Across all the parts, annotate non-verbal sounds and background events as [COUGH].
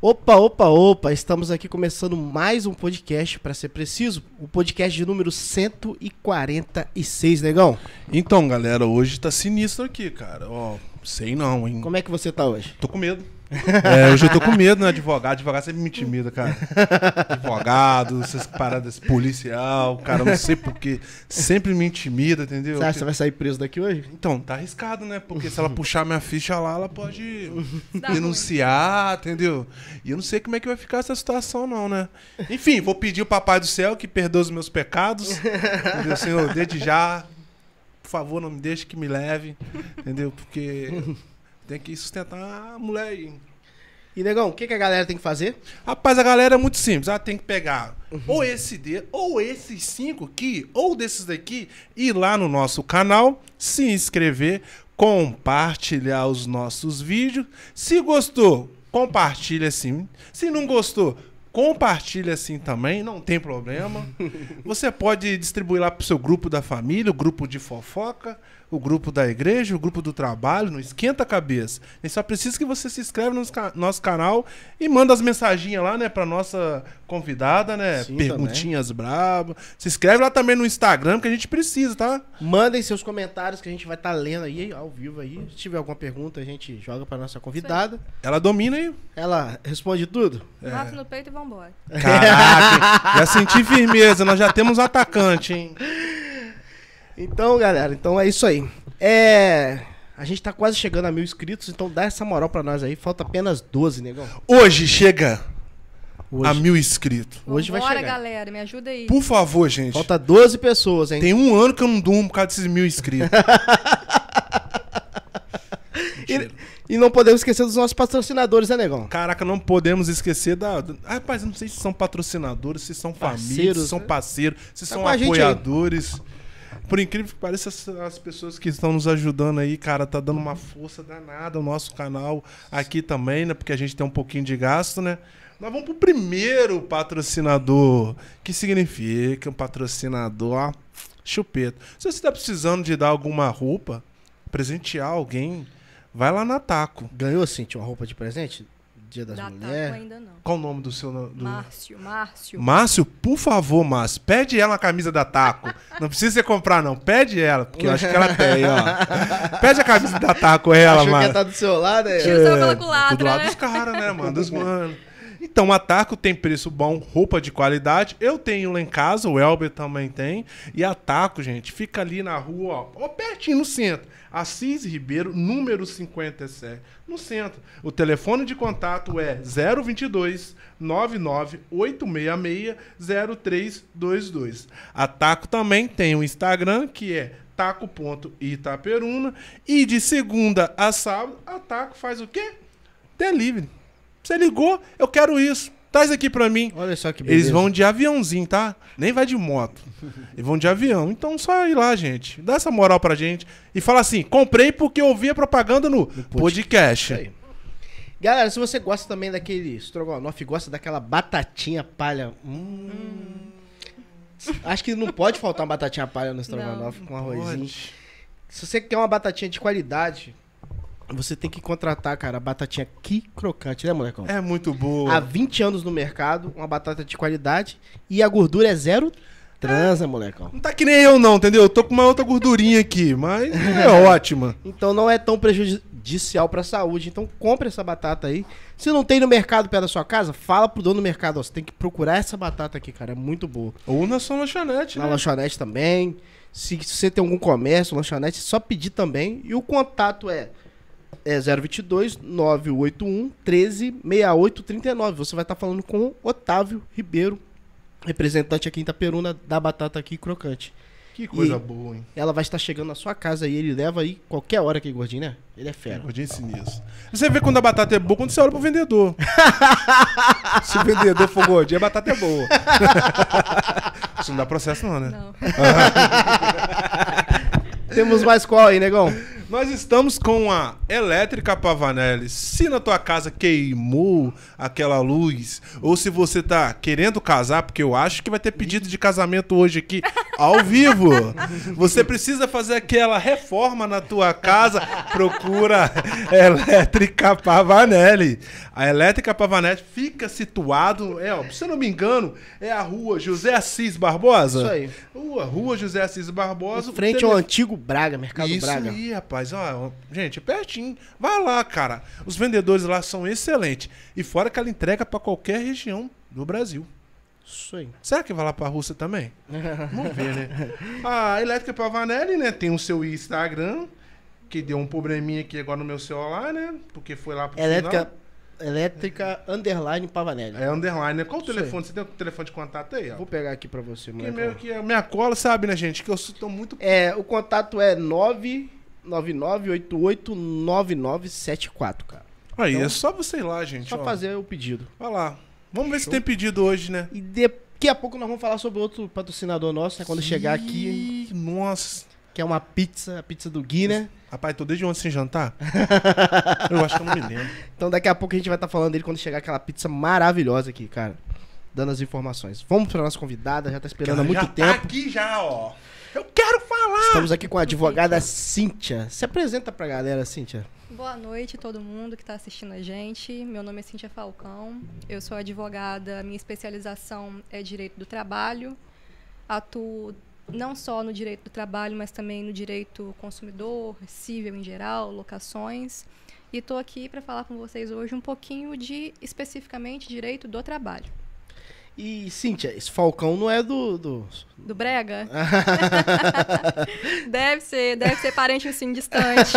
Opa, opa, opa! Estamos aqui começando mais um podcast, para ser preciso, o podcast de número 146, negão. Então, galera, hoje tá sinistro aqui, cara. Ó, sei não, hein? Como é que você tá hoje? Tô com medo. É, hoje eu tô com medo, né? Advogado, advogado sempre me intimida, cara. Advogado, essas paradas policial, cara, não sei porquê. Sempre me intimida, entendeu? Você acha que você vai sair preso daqui hoje? Então, tá arriscado, né? Porque se ela puxar minha ficha lá, ela pode denunciar, entendeu? E eu não sei como é que vai ficar essa situação, não, né? Enfim, vou pedir o Papai do Céu que perdoe os meus pecados. Entendeu? Senhor, desde já, por favor, não me deixe que me leve, entendeu? Porque tem que sustentar a mulher aí. E, negão, o que, que a galera tem que fazer? Rapaz, a galera é muito simples. Ela tem que pegar ou esse dedo, ou esses cinco aqui, ou desses daqui, ir lá no nosso canal, se inscrever, compartilhar os nossos vídeos. Se gostou, compartilha sim. Se não gostou, compartilha assim também, não tem [LAUGHS] problema. Você pode distribuir lá pro seu grupo da família, o grupo de fofoca, o grupo da igreja, o grupo do trabalho, não esquenta a cabeça. A gente só precisa que você se inscreva no nos ca- nosso canal e manda as mensaginhas lá, né, pra nossa convidada, né? Sim, Perguntinhas brabas. Se inscreve lá também no Instagram, que a gente precisa, tá? Mandem seus comentários que a gente vai estar lendo aí, ao vivo aí. Se tiver alguma pergunta, a gente joga pra nossa convidada. Ela domina [LAUGHS] aí. Ela responde tudo. Bate no peito e vambora. Caraca, já senti firmeza, nós já temos um atacante, hein? Então, galera, então é isso aí. É... A gente tá quase chegando a mil inscritos, então dá essa moral pra nós aí. Falta apenas 12, negão. Hoje chega Hoje. a mil inscritos. Hoje vai Vambora, chegar. galera, me ajuda aí. Por favor, gente. Falta 12 pessoas, hein? Tem um ano que eu não durmo por causa desses mil inscritos. Mentira. E, e não podemos esquecer dos nossos patrocinadores, né, negão? Caraca, não podemos esquecer da. da- Ah, Rapaz, eu não sei se são patrocinadores, se são famílias, Parceiros, se são né? parceiros, se Tá são com a gente aí. apoiadores. Por incrível que pareça, as- as pessoas que estão nos ajudando aí, cara, tá dando uma força danada o nosso canal aqui também, né? Porque a gente tem um pouquinho de gasto, né? Nós vamos pro primeiro patrocinador, que significa um patrocinador ó, chupeta. Se você tá precisando de dar alguma roupa, presentear alguém, vai lá na Taco. Ganhou, Cintia, uma roupa de presente? Dia das Da Taco Mulheres. ainda não. Qual o nome do seu no- do... Márcio, Márcio. Márcio, por favor, Márcio, pede ela a camisa da Taco. Não precisa você comprar, não. Pede ela, porque eu acho que ela tem, [LAUGHS] ó. Pede a camisa da Taco, ela, Achou que ia Márcio. tá do seu lado, né? Tira o seu pela Tá do culatra, lado né? dos caras, né, mano? Dos mano. Então, a Taco tem preço bom, roupa de qualidade. Eu tenho lá em casa, o Elber também tem. E a Taco, gente, fica ali na rua, ó, ó, pertinho no centro. Assis Ribeiro, número 57, no centro. O telefone de contato é 022 99866 0322. A Taco também tem o Instagram, que é taco.itaperuna. E de segunda a sábado, a Taco faz o quê? Delivery. Você ligou, eu quero isso. Traz aqui pra mim. Olha só que beleza. Eles vão de aviãozinho, tá? Nem vai de [LAUGHS] moto. Eles vão de avião. Então só ir lá, gente. Dá essa moral pra gente. E fala assim: comprei porque eu vi a propaganda no, podcast. Isso aí. Galera, se você gosta também daquele estrogonofe, gosta daquela batatinha palha. Hum. Acho que não pode faltar uma batatinha palha no estrogonofe com arrozinho. Pode. Se você quer uma batatinha de qualidade, você tem que contratar, cara, a batatinha que crocante, né, molecão? É muito Há boa. 20 anos no mercado, uma batata de qualidade e a gordura é zero transa, molecão. Não tá que nem eu, não, entendeu? Eu tô com uma outra gordurinha aqui, [LAUGHS] mas é ótima. Então não é tão prejudicial pra saúde. Então compre essa batata aí. Se não tem no mercado perto da sua casa, fala pro dono do mercado. Ó, você tem que procurar essa batata aqui, cara. É muito boa. Ou na sua lanchonete, Na né? lanchonete também. Se você tem algum comércio, lanchonete, é só pedir também. E o contato é, é 022 981 13 6839. Você vai estar falando com o Otávio Ribeiro, representante aqui em Itaperuna da Batata aqui Crocante. Que coisa E- boa, hein? Ela vai estar chegando na sua casa e ele leva aí qualquer hora que gordinho, né? Ele é [LAUGHS] fera. Gordinho sinistro. Você vê quando a batata é boa, quando você olha pro vendedor. Se o vendedor for gordinho, a batata é boa. [LAUGHS] Isso não dá processo, não, né? Não. Temos mais qual aí, negão? Nós estamos com a Elétrica Pavanelli. Se na tua casa queimou aquela luz, ou se você tá querendo casar, porque eu acho que vai ter pedido de casamento hoje aqui ao vivo. Você precisa fazer aquela reforma na tua casa, procura Elétrica Pavanelli. A Elétrica Pavanelli fica situado, é, ó, se eu não me engano, é a rua José Assis Barbosa. Isso aí. Rua, rua José Assis Barbosa. Em frente o ao antigo Braga, Mercado isso Braga. aí, rapaz. Ó, gente, é pertinho. Vai lá, cara. Os vendedores lá são excelentes. E fora que ela entrega pra qualquer região do Brasil. Isso aí. Será que vai lá pra Rússia também? Vamos ver, [LAUGHS] né? A Elétrica Pavanelli, né? Tem o seu Instagram, que deu um probleminha aqui agora no meu celular, né? Porque foi lá pro Elétrica, final. elétrica Underline Pavanelli. É underline, né? Qual o Isso aí. telefone? Você tem o telefone de contato aí, ó? Vou pegar aqui pra você, Porque mano. meio É. que a minha cola, sabe, né, gente? Que eu sou- tô muito. É, o contato é 999889974, cara. Aí, Então- é só você ir lá, gente. Só ó. fazer o pedido. Vai lá. Vamos ver se tem pedido hoje, né? E daqui a pouco nós vamos falar sobre outro patrocinador nosso, né? Quando chegar aqui, Ih, Nossa. que é uma pizza, a pizza do Gui, né? Rapaz, tô desde ontem sem [LAUGHS] jantar? Eu acho que eu não me lembro. Então daqui a pouco a gente vai estar falando dele quando chegar aquela pizza maravilhosa aqui, cara. Dando as informações. Vamos pra nossa convidada, já tá esperando há Ela muito já tempo. Tá aqui já, ó. Eu quero falar! Estamos aqui com a advogada Cíntia. Se apresenta pra galera, Cíntia. [LAUGHS] Boa noite todo mundo que está assistindo a gente. Meu nome é Cintia Falcão, eu sou advogada, minha especialização é direito do trabalho. Atuo não só no direito do trabalho, mas também no direito consumidor, civil em geral, locações. E estou aqui para falar com vocês hoje um pouquinho de especificamente direito do trabalho. E, Cíntia, esse Falcão não é do. do... Do Brega? deve ser, deve ser parente assim distante.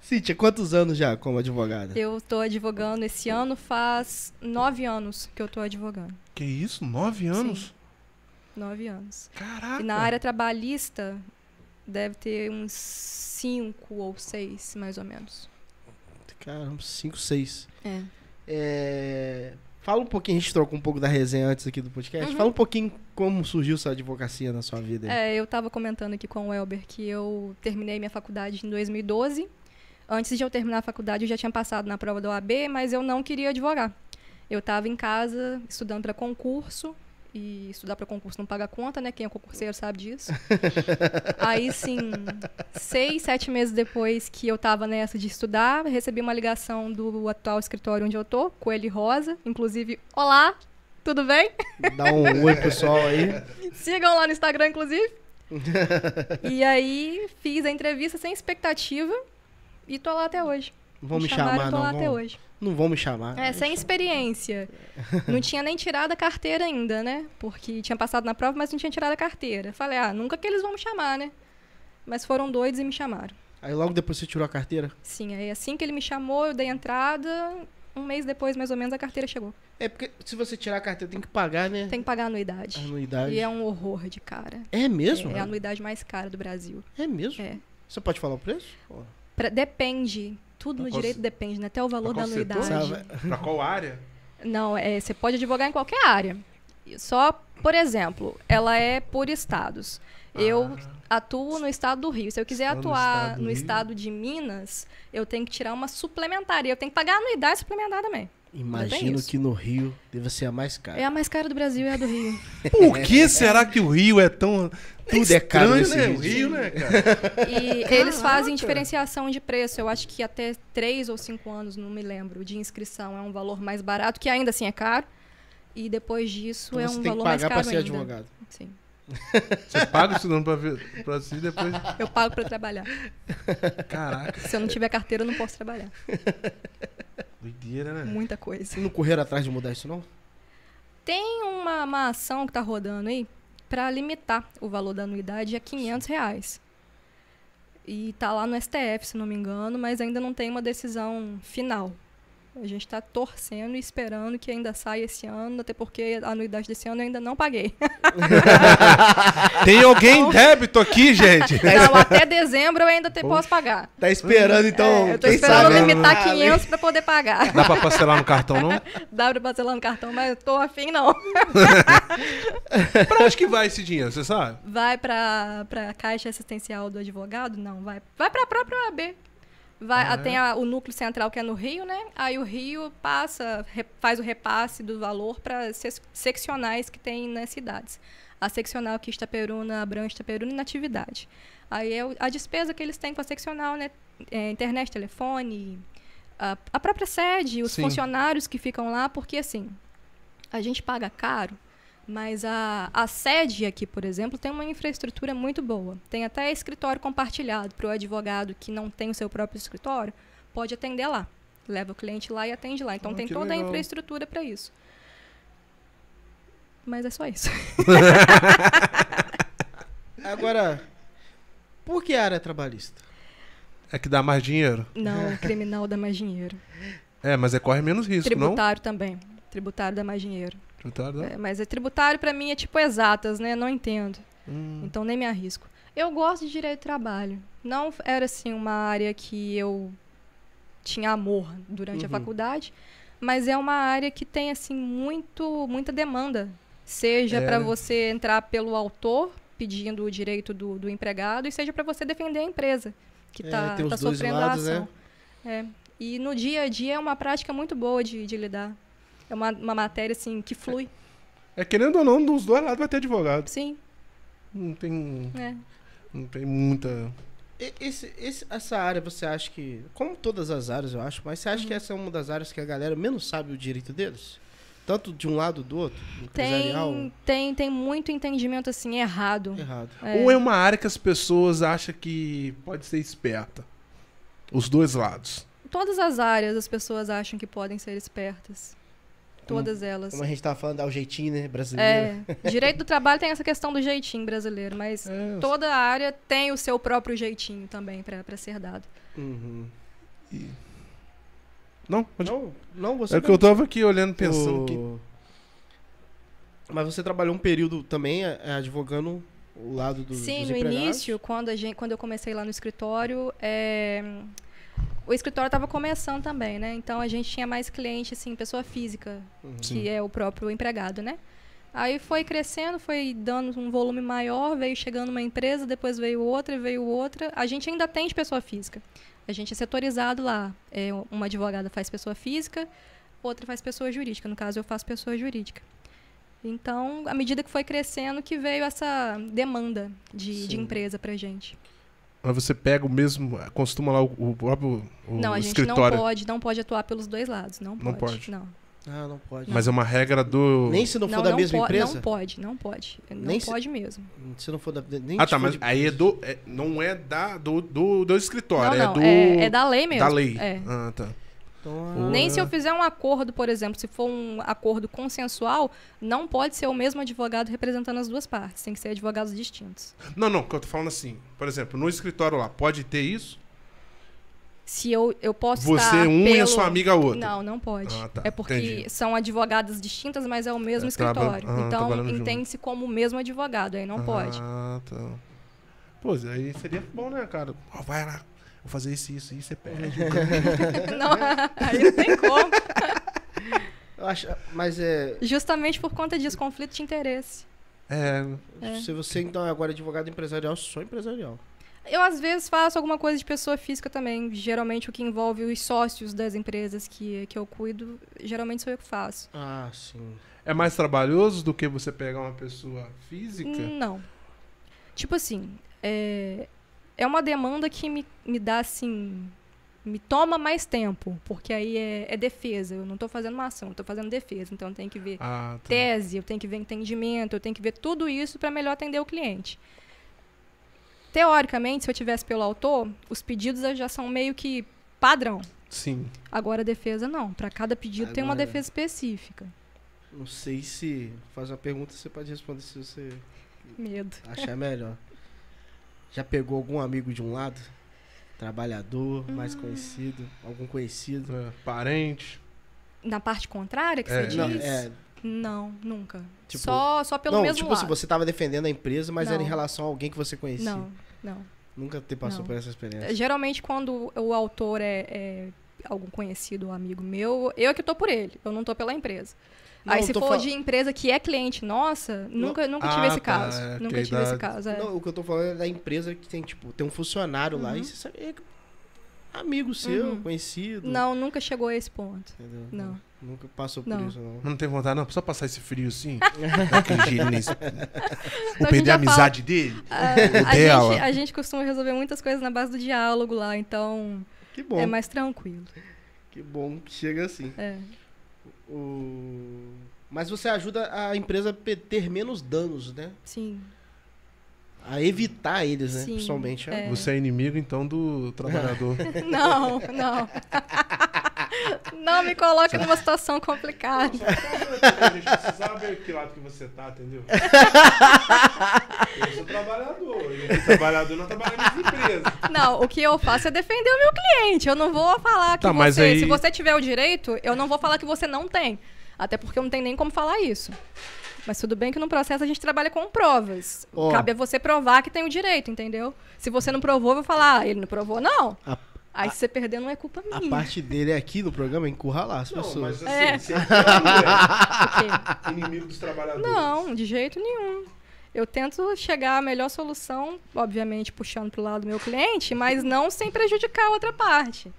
Cíntia, quantos anos já como advogada? Eu tô advogando esse ano, faz nove anos que eu tô advogando. Que isso? Nove anos? Nove anos. Caraca. E na área trabalhista, deve ter uns cinco ou seis, mais ou menos. Caramba, 5, 6. É. É... Fala um pouquinho, a gente trocou um pouco da resenha antes aqui do podcast. Uhum. Fala um pouquinho como surgiu essa advocacia na sua vida. aí. É, eu estava comentando aqui com o Elber que eu terminei minha faculdade em 2012. Antes de eu terminar a faculdade, eu já tinha passado na prova da OAB, mas eu não queria advogar. Eu estava em casa estudando para concurso, e estudar para concurso não paga conta, né? Quem é concurseiro sabe disso. Aí, sim, seis, sete meses depois que eu estava nessa de estudar, recebi uma ligação do atual escritório onde eu tô, Coelho e Rosa. Inclusive, olá, tudo bem? Dá um oi, pessoal, aí. Sigam lá no [LAUGHS] Instagram, inclusive. e aí fiz a entrevista sem expectativa e tô lá até hoje. Vão me chamaram, chamar, tô não. lá até Vão... Ah, hoje. Não vão me chamar. É, [LAUGHS] sem experiência. Não tinha nem tirado a carteira ainda, né? Porque tinha passado na prova, mas não tinha tirado a carteira. Falei, ah, nunca que eles vão me chamar, né? Mas foram doidos e me chamaram. Aí logo depois você tirou a carteira? Sim, aí assim que ele me chamou, eu dei entrada. Um mês depois, mais ou menos, a carteira chegou. É porque se você tirar a carteira tem que pagar, né? Tem que pagar a anuidade. Anuidade. E é um horror de cara. É mesmo? É a anuidade mais cara do Brasil. É mesmo? É. Você pode falar o preço? Pra- depende. Tudo Pra no qual direito se- depende, né? Até o valor pra da qual setor? anuidade. Pra qual área? Não, é, você pode advogar em qualquer área. E Só, por exemplo, ela é por estados. Eu atuo no estado do Rio. Se eu quiser Só Ah. no atuar estado do no Rio? estado de Minas, eu tenho que tirar uma suplementar. E eu tenho que pagar a anuidade suplementar também. Imagino isso. que no Rio deve ser a mais cara. É a mais cara do Brasil, é a do Rio. Por [LAUGHS] que será que o Rio é tão. Tudo é caro nesse né? Rio. O Rio, né, cara? E eles fazem diferenciação de preço. Eu acho que até três ou cinco anos, não me lembro, de inscrição é um valor mais barato, que ainda assim é caro. E depois disso Então é você um tem que valor mais pagar caro pra ser ainda. advogado. Sim. Você paga o estudando pra, ver, pra si depois. Eu pago pra trabalhar. Caraca, Se eu não tiver carteira, eu não posso trabalhar. doideira, né? Muita coisa. Vocês não correram atrás de mudar isso, não? Tem uma, uma ação que tá rodando aí pra limitar o valor da anuidade a 500 reais. E tá lá no STF, se não me engano, mas ainda não tem uma decisão final. A gente está torcendo e esperando que ainda saia esse ano, até porque a anuidade desse ano eu ainda [LAUGHS] não paguei. Tem alguém em débito aqui, gente? [LAUGHS] Então, até dezembro eu ainda te- posso pagar. Tá esperando, então. É, eu tô quem esperando sabe, limitar Ah, 500 para poder pagar. [LAUGHS] Dá pra parcelar no cartão, não? Dá pra parcelar no cartão, mas eu tô afim não. Pra onde que vai esse dinheiro, você sabe? Vai pra, pra Caixa Assistencial do Advogado? Não, vai. Vai pra própria OAB. Vai, ah, Tem a- o núcleo central que é no Rio, né? Aí o Rio passa, re- faz o repasse do valor para seccionais que tem nas cidades. A seccional aqui, Itaperuna, Abrange, Itaperuna e Natividade. Aí é o- a despesa que eles têm com a seccional, né? É, internet, telefone, a, a própria sede, os Sim. funcionários que ficam lá, porque assim, a gente paga caro, mas a, a sede aqui, por exemplo, tem uma infraestrutura muito boa. Tem até escritório compartilhado para o advogado que não tem o seu próprio escritório, pode atender lá. Leva o cliente lá e atende lá. Então Ah, tem que toda legal. a infraestrutura para isso. Mas é [LAUGHS] só isso. Agora, por que a área trabalhista? É que dá mais dinheiro. Não, o criminal dá mais dinheiro. É, mas é corre menos risco, Tributário também. Tributário dá mais dinheiro. não? Tributário. né? dá. É, mas é tributário para mim é tipo exatas, né? Não entendo. Hum. Então nem me arrisco. Eu gosto de direito do trabalho. Não era assim uma área que eu tinha amor durante Uhum. a faculdade, mas é uma área que tem assim muito muita demanda, seja É, para né? você entrar pelo autor pedindo o direito do, do empregado e seja para você defender a empresa que É, está tem os dois sofrendo lados, né? a ação. É. E no dia a dia é uma prática muito boa de, de lidar. É uma, uma matéria assim que flui. É querendo ou não, dos dois lados vai ter É. advogado. Sim, Não tem, né? não tem muita. E- esse- esse- essa área, você acha que. Como todas as áreas, eu acho, mas você acha Uhum. que essa é uma das áreas que a galera menos sabe o direito deles? Tanto de um lado do outro? Empresarial? Tem, tem, tem muito entendimento assim errado. Errado. É. Ou é uma área que as pessoas acham que pode ser esperta. Os dois lados. Todas as áreas as pessoas acham que podem ser espertas. Todas elas. Como é a gente tava falando, dá o jeitinho, né? Brasileiro. [LAUGHS] É, direito do trabalho tem essa questão do jeitinho brasileiro, mas É, toda área tem o seu próprio jeitinho também para ser dado. Uhum. Não, pode... Não, não, você. tá É que eu tava aqui olhando, pensando O- que. Mas você trabalhou um período também eh, advogando o lado do, Sim, dos no empregados? início, quando, a gente, quando eu comecei lá no escritório, é, o escritório estava começando também, né? Então a gente tinha mais cliente, assim, pessoa física, Uhum. Sim. que é o próprio empregado, né? Aí foi crescendo, foi dando um volume maior, veio chegando uma empresa, depois veio outra, veio outra. A gente ainda tem de pessoa física. A gente é setorizado lá. É, uma advogada faz pessoa física, outra faz pessoa jurídica. No caso, eu faço pessoa jurídica. Então, à medida que foi crescendo, que veio essa demanda de, de Sim. empresa pra gente. Mas você pega o mesmo. Costuma lá o, o próprio o não, a gente Um escritório. não pode, não pode atuar pelos dois lados. Não pode. Não pode. Não. Ah, não pode. Mas é uma regra do. Nem se não for da mesma po- empresa? Não pode, não pode. Não Nem se- pode mesmo. Se não for da. Nem Ah, se tá, for mas de- aí é do. é- não é da, do, do, do escritório, não, não. é do. É, é da lei mesmo. da lei. É. Ah, tá. Então, ah, Ou- Nem se eu fizer um acordo, por exemplo, se for um acordo consensual, não pode ser o mesmo advogado representando as duas partes. Tem que ser advogados distintos. Não, não, que eu tô falando assim. Por exemplo, no escritório lá, pode ter isso? Se eu, eu posso Você estar um e a pelo- sua amiga outra. Não, não pode. Ah, tá. É porque Entendi. são advogadas distintas, mas é o mesmo É, traba- escritório. ah, então, trabalhando junto. entende-se como o mesmo advogado. Aí não [LAUGHS] pode. [LAUGHS] Ah, tá. Pô, aí seria bom, né, cara? Ó, vai lá, vou fazer isso, isso, isso, você [LAUGHS] perde. não, aí não tem como. eu acho, mas é. Justamente por conta disso, conflito de interesse. é, É. Se você então é agora advogado empresarial, só empresarial. Eu, às vezes, faço alguma coisa de pessoa física também. Geralmente, o que envolve os sócios das empresas que, que eu cuido, geralmente sou eu que faço. Ah, sim. é mais trabalhoso do que você pegar uma pessoa física? Não. Tipo assim, é, é uma demanda que me, me dá, assim, me toma mais tempo, porque aí é, é defesa. Eu não tô fazendo uma ação, eu tô fazendo defesa. Então, eu tenho que ver Ah, tá. tese, eu tenho que ver entendimento, eu tenho que ver tudo isso para melhor atender o cliente. Teoricamente, se eu tivesse pelo autor, os pedidos já são meio que padrão. Sim. Agora, a defesa não. Para cada pedido tem uma Agora- defesa específica. Não sei se. Faz uma pergunta, você pode responder se você Medo. [LAUGHS] achar melhor. Já pegou algum amigo de um Hum. lado? Trabalhador, mais conhecido, algum conhecido? é, parente. na parte contrária que É. você diz? Não, é, Não, nunca. Tipo- só, só pelo não, mesmo tipo lado. assim, você tava defendendo a empresa, mas era em Não. relação a alguém que você conhecia. Não, não. Nunca te passou Não. por essa experiência. Geralmente, quando o autor é, é algum conhecido ou amigo meu, eu é que tô por ele, eu não tô pela empresa. Não, Aí, se tô for fal- de empresa que é cliente nossa, nunca, nunca Ah, tive esse tá, caso. é, nunca que tive esse idade. caso. é. Não, o que eu tô falando é da empresa que tem, tipo, tem um funcionário lá Uhum. e você sabe. É amigo seu, conhecido. Não, nunca chegou a [LAUGHS] esse ponto. Entendeu? Não. Nunca passou por Não. isso, não. Mas não tem vontade, não. Só passar esse frio assim. [LAUGHS] Daquele jeito [LAUGHS] nesse- Então Ou a gente perder a já fala- amizade dele. A, O Ah, a dela. gente, a gente costuma resolver muitas coisas na base do diálogo lá, então Que bom. é mais tranquilo. Que bom que chega assim. É. O... Mas você ajuda a empresa a pe- ter menos danos, né? Sim, A evitar eles, né? Sim, Principalmente. é. Você é inimigo, então, do trabalhador. Não, [LAUGHS] não. Não me coloque numa situação complicada. a gente precisava ver que lado que você tá, entendeu? Eu sou trabalhador. Eu trabalhador não trabalha nas empresas. Não, o que eu faço é defender o meu cliente. Eu não vou falar que Tá, você, mas aí- se você tiver o direito, eu não vou falar que você não tem. Até porque eu não tenho nem como falar isso. Mas tudo bem que no processo a gente trabalha com provas. Ó. Cabe a você provar que tem o direito, entendeu? Se você não provou, eu vou falar, ah, ele não provou, não. A- Aí se você perder, não é culpa A minha. parte dele aqui no programa é encurralar as pessoas. assim, É. você é Porque- inimigo dos trabalhadores. Não, de jeito nenhum. Eu tento chegar à melhor solução, obviamente puxando pro lado do meu cliente, mas não sem prejudicar a outra parte.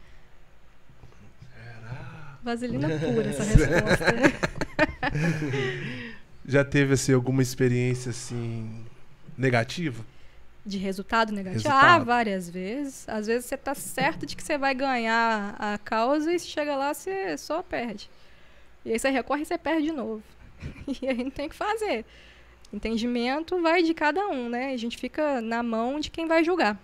Vaselina pura essa resposta. né? Já teve, assim, alguma experiência, assim, negativa? De resultado negativo? Ah, Resultado. várias vezes. Às vezes você tá certo de que você vai ganhar a causa e chega lá, você só perde. E aí você recorre e você perde de novo. [LAUGHS] E aí não tem o que fazer. Entendimento vai de cada um, né? A gente fica na mão de quem vai julgar.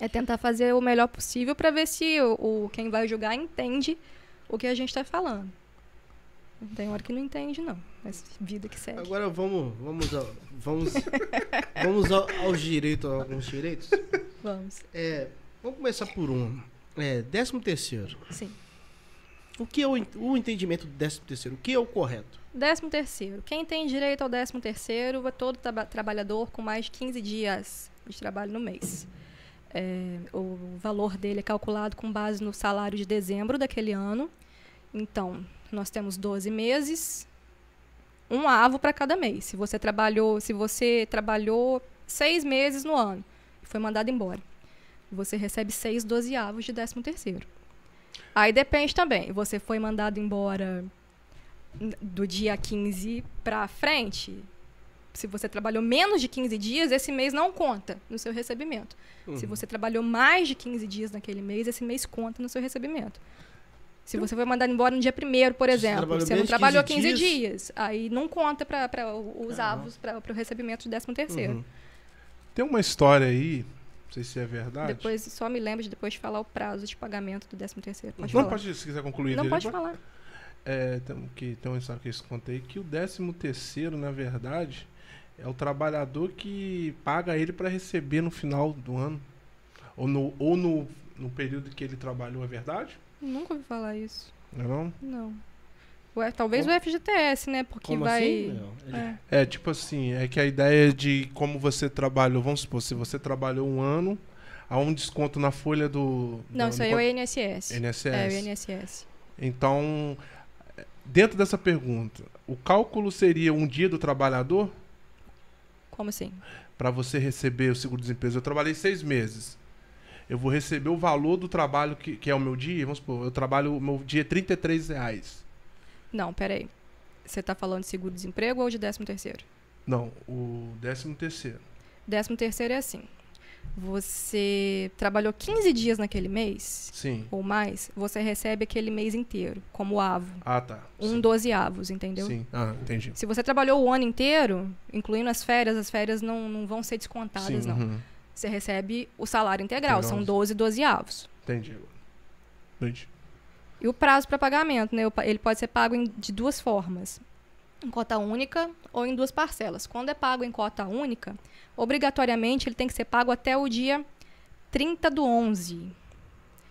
É tentar fazer o melhor possível para ver se o, o quem vai julgar entende o que a gente tá falando. Tem hora que não entende, não. Mas vida que segue. Agora vamos, vamos, ao- [LAUGHS] vamos, vamos ao- aos direitos, a alguns direitos. Vamos. É, vamos começar por um. É, décimo terceiro. Sim. O que é o, en- o entendimento do décimo terceiro? O que é o correto? Décimo terceiro. Quem tem direito ao décimo terceiro é todo traba- trabalhador com mais de 15 dias de trabalho no mês. É, o valor dele é calculado com base no salário de dezembro daquele ano. Então, nós temos 12 meses, um avo para cada mês. Se você trabalhou, se você trabalhou seis meses no ano e foi mandado embora, você recebe seis dozeavos de décimo terceiro. Aí depende também. Você foi mandado embora do dia 15 para frente, se você trabalhou menos de 15 dias, esse mês não conta no seu recebimento. Uhum. Se você trabalhou mais de 15 dias naquele mês, esse mês conta no seu recebimento. Se você foi mandado embora no dia 1 por Então você exemplo, trabalhou você não menos de trabalhou 15 15 dias, dias- aí não conta para os avos, para o recebimento de 13 terceiro. Uhum. Tem uma história aí, não sei se é verdade. Depois, só me lembro de depois de falar o prazo de pagamento do 13 terceiro. Pode não, falar. pode, se quiser concluir. não dele, pode pode. falar. É, tem, que, tem uma história que eu contei que o 13 terceiro, na verdade, é o trabalhador que paga ele para receber no final do ano. Ou no, ou no, no período que ele trabalhou, é verdade? Nunca ouvi falar isso. Não é não? Não. Ué, talvez o FGTS, né? Porque Como vai. assim? Léo? Ele- É. É, tipo assim, é que a ideia de como você trabalhou, vamos supor, se você trabalhou um ano, há um desconto na folha do... Não, do- isso do aí é co- o INSS. INSS. É, o INSS. Então, dentro dessa pergunta, o cálculo seria um dia do trabalhador? Como assim? para você receber o seguro-desemprego. Eu trabalhei seis meses. Eu vou receber o valor do trabalho que, que é o meu dia. Vamos supor, eu trabalho o meu dia é 33 reais. Não, peraí. Você está falando de seguro-desemprego ou de 13 terceiro? Não, o 13 terceiro. 13 terceiro é assim. Você trabalhou 15 dias naquele mês Sim. ou mais, você recebe aquele mês inteiro, como avo. Ah, tá. Um Sim. dozeavos, entendeu? Sim. Ah, entendi. Se você trabalhou o ano inteiro, incluindo as férias, as férias não, não vão ser descontadas, Sim, não. uhum. Você recebe o salário integral, Integral. são 12 dozeavos. Entendi. agora. Entendi. E o prazo para pagamento, né? o pa- Ele pode ser pago em- de duas formas. Em cota única ou em duas parcelas. Quando é pago em cota única, obrigatoriamente ele tem que ser pago até o dia 30 do 11.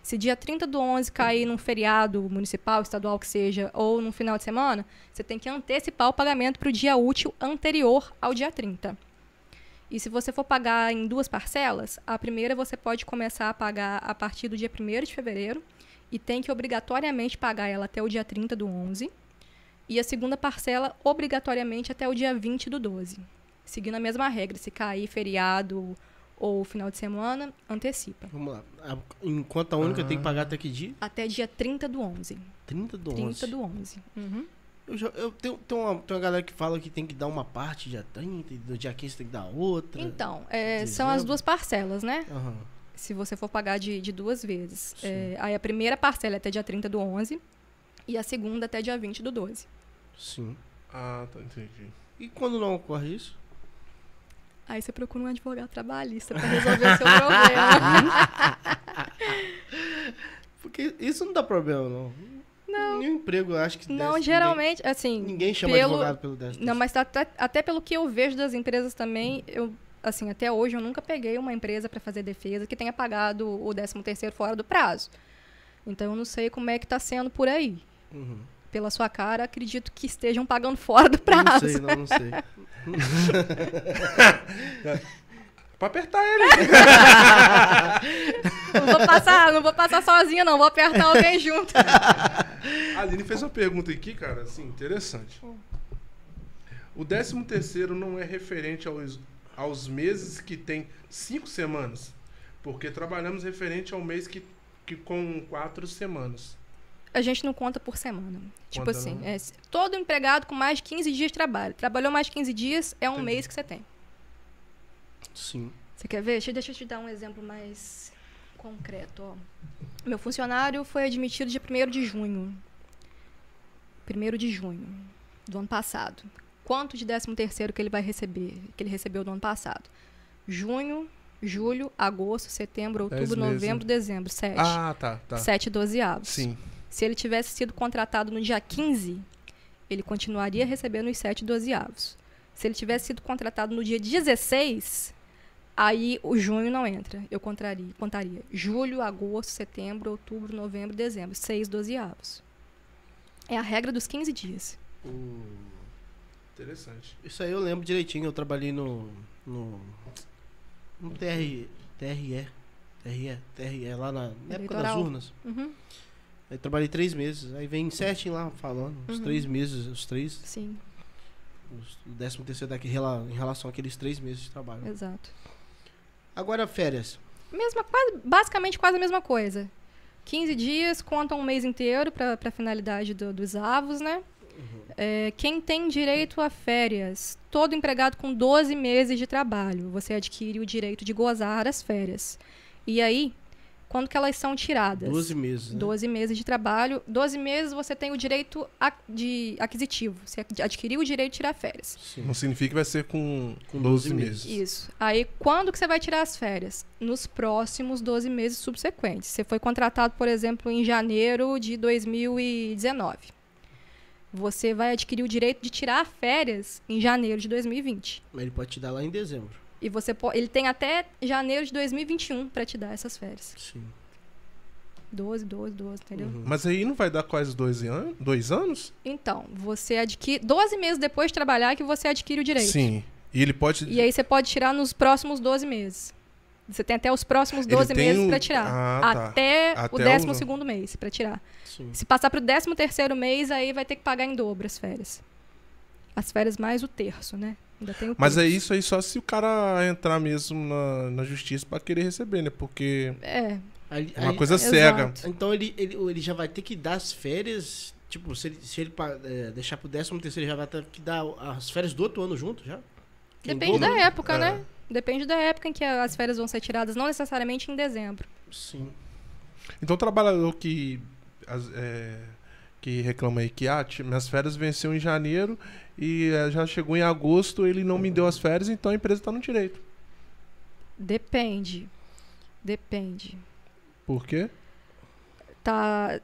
Se dia 30 do 11 cair num feriado municipal, estadual que seja, ou num final de semana, você tem que antecipar o pagamento para o dia útil anterior ao dia 30. E se você for pagar em duas parcelas, a primeira você pode começar a pagar a partir do dia 1 de fevereiro e tem que obrigatoriamente pagar ela até o dia 30 do 11. E a segunda parcela, obrigatoriamente, até o dia 20 do 12. Seguindo a mesma regra, se cair feriado ou final de semana, antecipa. Vamos lá. A- Em conta única eu tenho que pagar até que dia? Até dia 30 do 11. 30 do 11. 30 do 11. Uhum. Eu, já, eu tenho, tem, uma, tem uma galera que fala que tem que dar uma parte dia 30, e do dia 15 tem que dar outra. Então, é, são Dezembro. as duas parcelas, né? Aham. se você for pagar de, de duas vezes. Sim. É, aí a primeira parcela é até dia 30 do 11 e a segunda até dia 20 do 12. Sim. Ah, tá, entendi. E quando não ocorre isso? Aí você procura um advogado trabalhista para resolver o seu problema. Porque isso não dá problema, não. Não. Nenhum emprego eu acho que Não, desse, geralmente, assim. Ninguém, ninguém chama pelo- advogado pelo 10. Não, mas tá até, até pelo que eu vejo das empresas também, eu, assim, até hoje eu nunca peguei uma empresa para fazer defesa que tenha pagado o 13 terceiro fora do prazo. Então eu não sei como é que está sendo por aí. Uhum. Pela sua cara, acredito que estejam pagando fora do Eu prazo. Não sei, não, não sei. É Pra apertar ele. [LAUGHS] né? Não vou passar, não vou passar sozinha, não. Vou apertar alguém junto. a Aline fez uma pergunta aqui, cara, assim, interessante. O 13 terceiro não é referente aos, aos meses que tem cinco semanas, porque trabalhamos referente ao mês que, que com quatro semanas. A gente não conta por semana. tipo Conta assim, não? né? é, se- todo empregado com mais de 15 dias de trabalho. Trabalhou mais de 15 dias, é um Entendi. mês que você tem. Sim. Você quer ver? Deixa, deixa eu te dar um exemplo mais concreto. Ó. Meu funcionário foi admitido dia 1 de junho. 1 de junho do ano passado. Quanto de 13º que ele vai receber? Que ele recebeu do ano passado? Junho, julho, agosto, setembro, Dez outubro, meses, né? novembro, dezembro. Sete. Ah, tá, tá. 7 dozeavos. Sim. Se ele tivesse sido contratado no dia 15, ele continuaria recebendo os 7 dozeavos. Se ele tivesse sido contratado no dia 16, aí o junho não entra. Eu contraria, contaria julho, agosto, setembro, outubro, novembro, dezembro. 6 dozeavos. É a regra dos 15 dias. O- Interessante. Isso aí eu lembro direitinho. Eu trabalhei no. No. No TR, TRE. TRE. TRE, lá na, na época das Eleitoral. urnas. Uhum, Aí trabalhei três meses. Aí vem certinho lá falando. Os Uhum. três meses, os três. sim, Os, o décimo terceiro daqui rela- em relação àqueles três meses de trabalho. exato. Agora férias. Mesma, quase- basicamente quase a mesma coisa. 15 dias, contam um mês inteiro para a finalidade do- dos avos, né? Uhum. É, quem tem direito a férias? Todo empregado com 12 meses de trabalho, você adquire o direito de gozar as férias. E aí, quando que elas são tiradas? 12 meses. Né? 12 meses de trabalho. 12 meses você tem o direito a- de aquisitivo. Você adquiriu o direito de tirar férias. Sim. Não significa que vai ser com, Com 12, 12 meses. Isso. Aí, quando que você vai tirar as férias? Nos próximos 12 meses subsequentes. Você foi contratado, por exemplo, em janeiro de 2019. Você vai adquirir o direito de tirar férias em janeiro de 2020. Mas ele pode te dar lá em dezembro. E você po- ele tem até janeiro de 2021 para um te dar essas férias. Sim. 12, 12, 12, entendeu? Uhum. Mas aí não vai dar quase dois, an dois anos? Então, você adquire 12 meses depois de trabalhar que você adquire o direito. Sim. E ele pode. E aí você pode tirar nos próximos 12 meses. Você tem até os próximos Ele 12 tem meses o- pra tirar. Ah, tá. até, Até o o- 12 segundo mês pra tirar. Sim. Se passar pro 13 terceiro mês, aí vai ter que pagar em dobro as férias. As férias mais o terço, né? Ainda tem o Mas terço. é isso aí só se o cara entrar mesmo na, na justiça pra querer receber, né? Porque É, Aí- é uma aí- coisa exato. cega. Então ele, ele, ele já vai ter que dar as férias. Tipo, se ele, se ele pa- é, deixar pro décimo terceiro, ele já vai ter que dar as férias do outro ano junto já? Em depende dobro? da época, É. né? Depende da época em que as férias vão ser tiradas, não necessariamente em dezembro. Sim. Então o trabalhador que, as- é, que reclama aí que ah, ti- minhas férias venceu em janeiro e é, já chegou em agosto, ele não me deu as férias, então a empresa tá no direito. Depende. Depende. Por quê? Tá.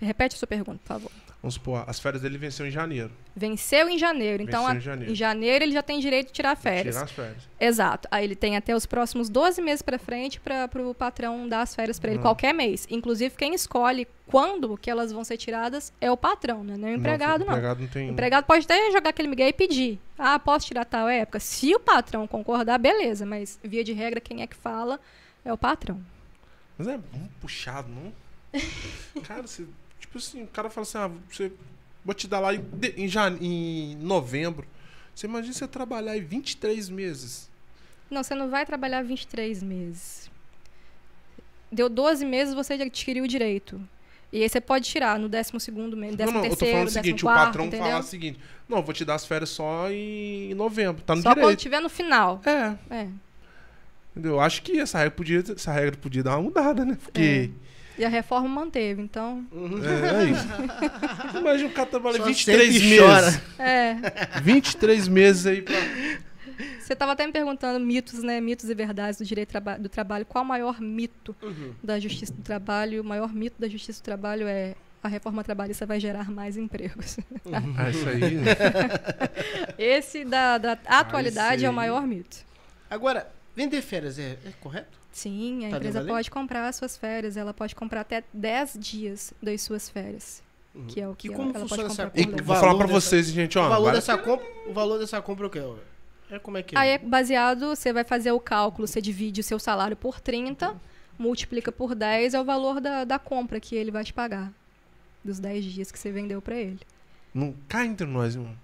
Repete a sua pergunta, por favor. Vamos supor, "Ah, as férias dele venceu em janeiro. Venceu em janeiro. Então, Venceu em a- janeiro. ele já tem direito de tirar férias. Tirar as férias. Exato. Aí ele tem até os próximos 12 meses pra frente para o patrão dar as férias Hum. pra ele qualquer mês. Inclusive, quem escolhe quando que elas vão ser tiradas é o patrão, né? Não é o empregado, O não. empregado não tem. O empregado pode até jogar aquele migué e pedir. Ah, posso tirar tal época? Se o patrão concordar, beleza. Mas, via de regra, quem é que fala é o patrão. Mas é muito puxado, não? cara, você, tipo assim, o cara fala assim, ah, você, vou te dar lá em, de- em, jane- em novembro. Você imagina você trabalhar aí 23 meses. Não, você não vai trabalhar 23 meses. Deu 12 meses, você já adquiriu o direito. E aí você pode tirar no 12 segundo mês, 13 não, não, eu tô falando terceiro, o seguinte, 14 o patrão entendeu? falar o seguinte, não, eu vou te dar as férias só em novembro, tá no Só quando direito. tiver no final. É, É. entendeu? Eu acho que essa regra podia, essa regra podia dar uma mudada, né? Porque E a reforma manteve, então. é, é isso. Imagina o cara trabalha Só 23 senta e chora. meses. É. 23 meses aí pra Você estava até me perguntando mitos, né? Mitos e verdades do direito traba- do trabalho. Qual o maior mito Uhum. da justiça do trabalho? O maior mito da justiça do trabalho é a reforma trabalhista vai gerar mais empregos. [LAUGHS] Ah, É isso aí. né? Esse da, da atualidade é o sim. maior mito. Agora, vender férias é, é correto? Sim, Tá a dentro empresa da lei? pode comprar as suas férias. Ela pode comprar até 10 dias das suas férias. Que é o Que que, ela, Uhum. como ela pode funciona essa comprar E por conta? lei. vou valor falar pra dessa- vocês, gente, ó. o, valor vale- dessa compra, o valor dessa compra é o quê? ó? É como é que é? Aí é baseado, você vai fazer o cálculo, você divide o seu salário por 30, multiplica por 10, é o valor da, da compra que ele vai te pagar. Dos 10 dias que você vendeu pra ele. Não cai entre nós, irmão.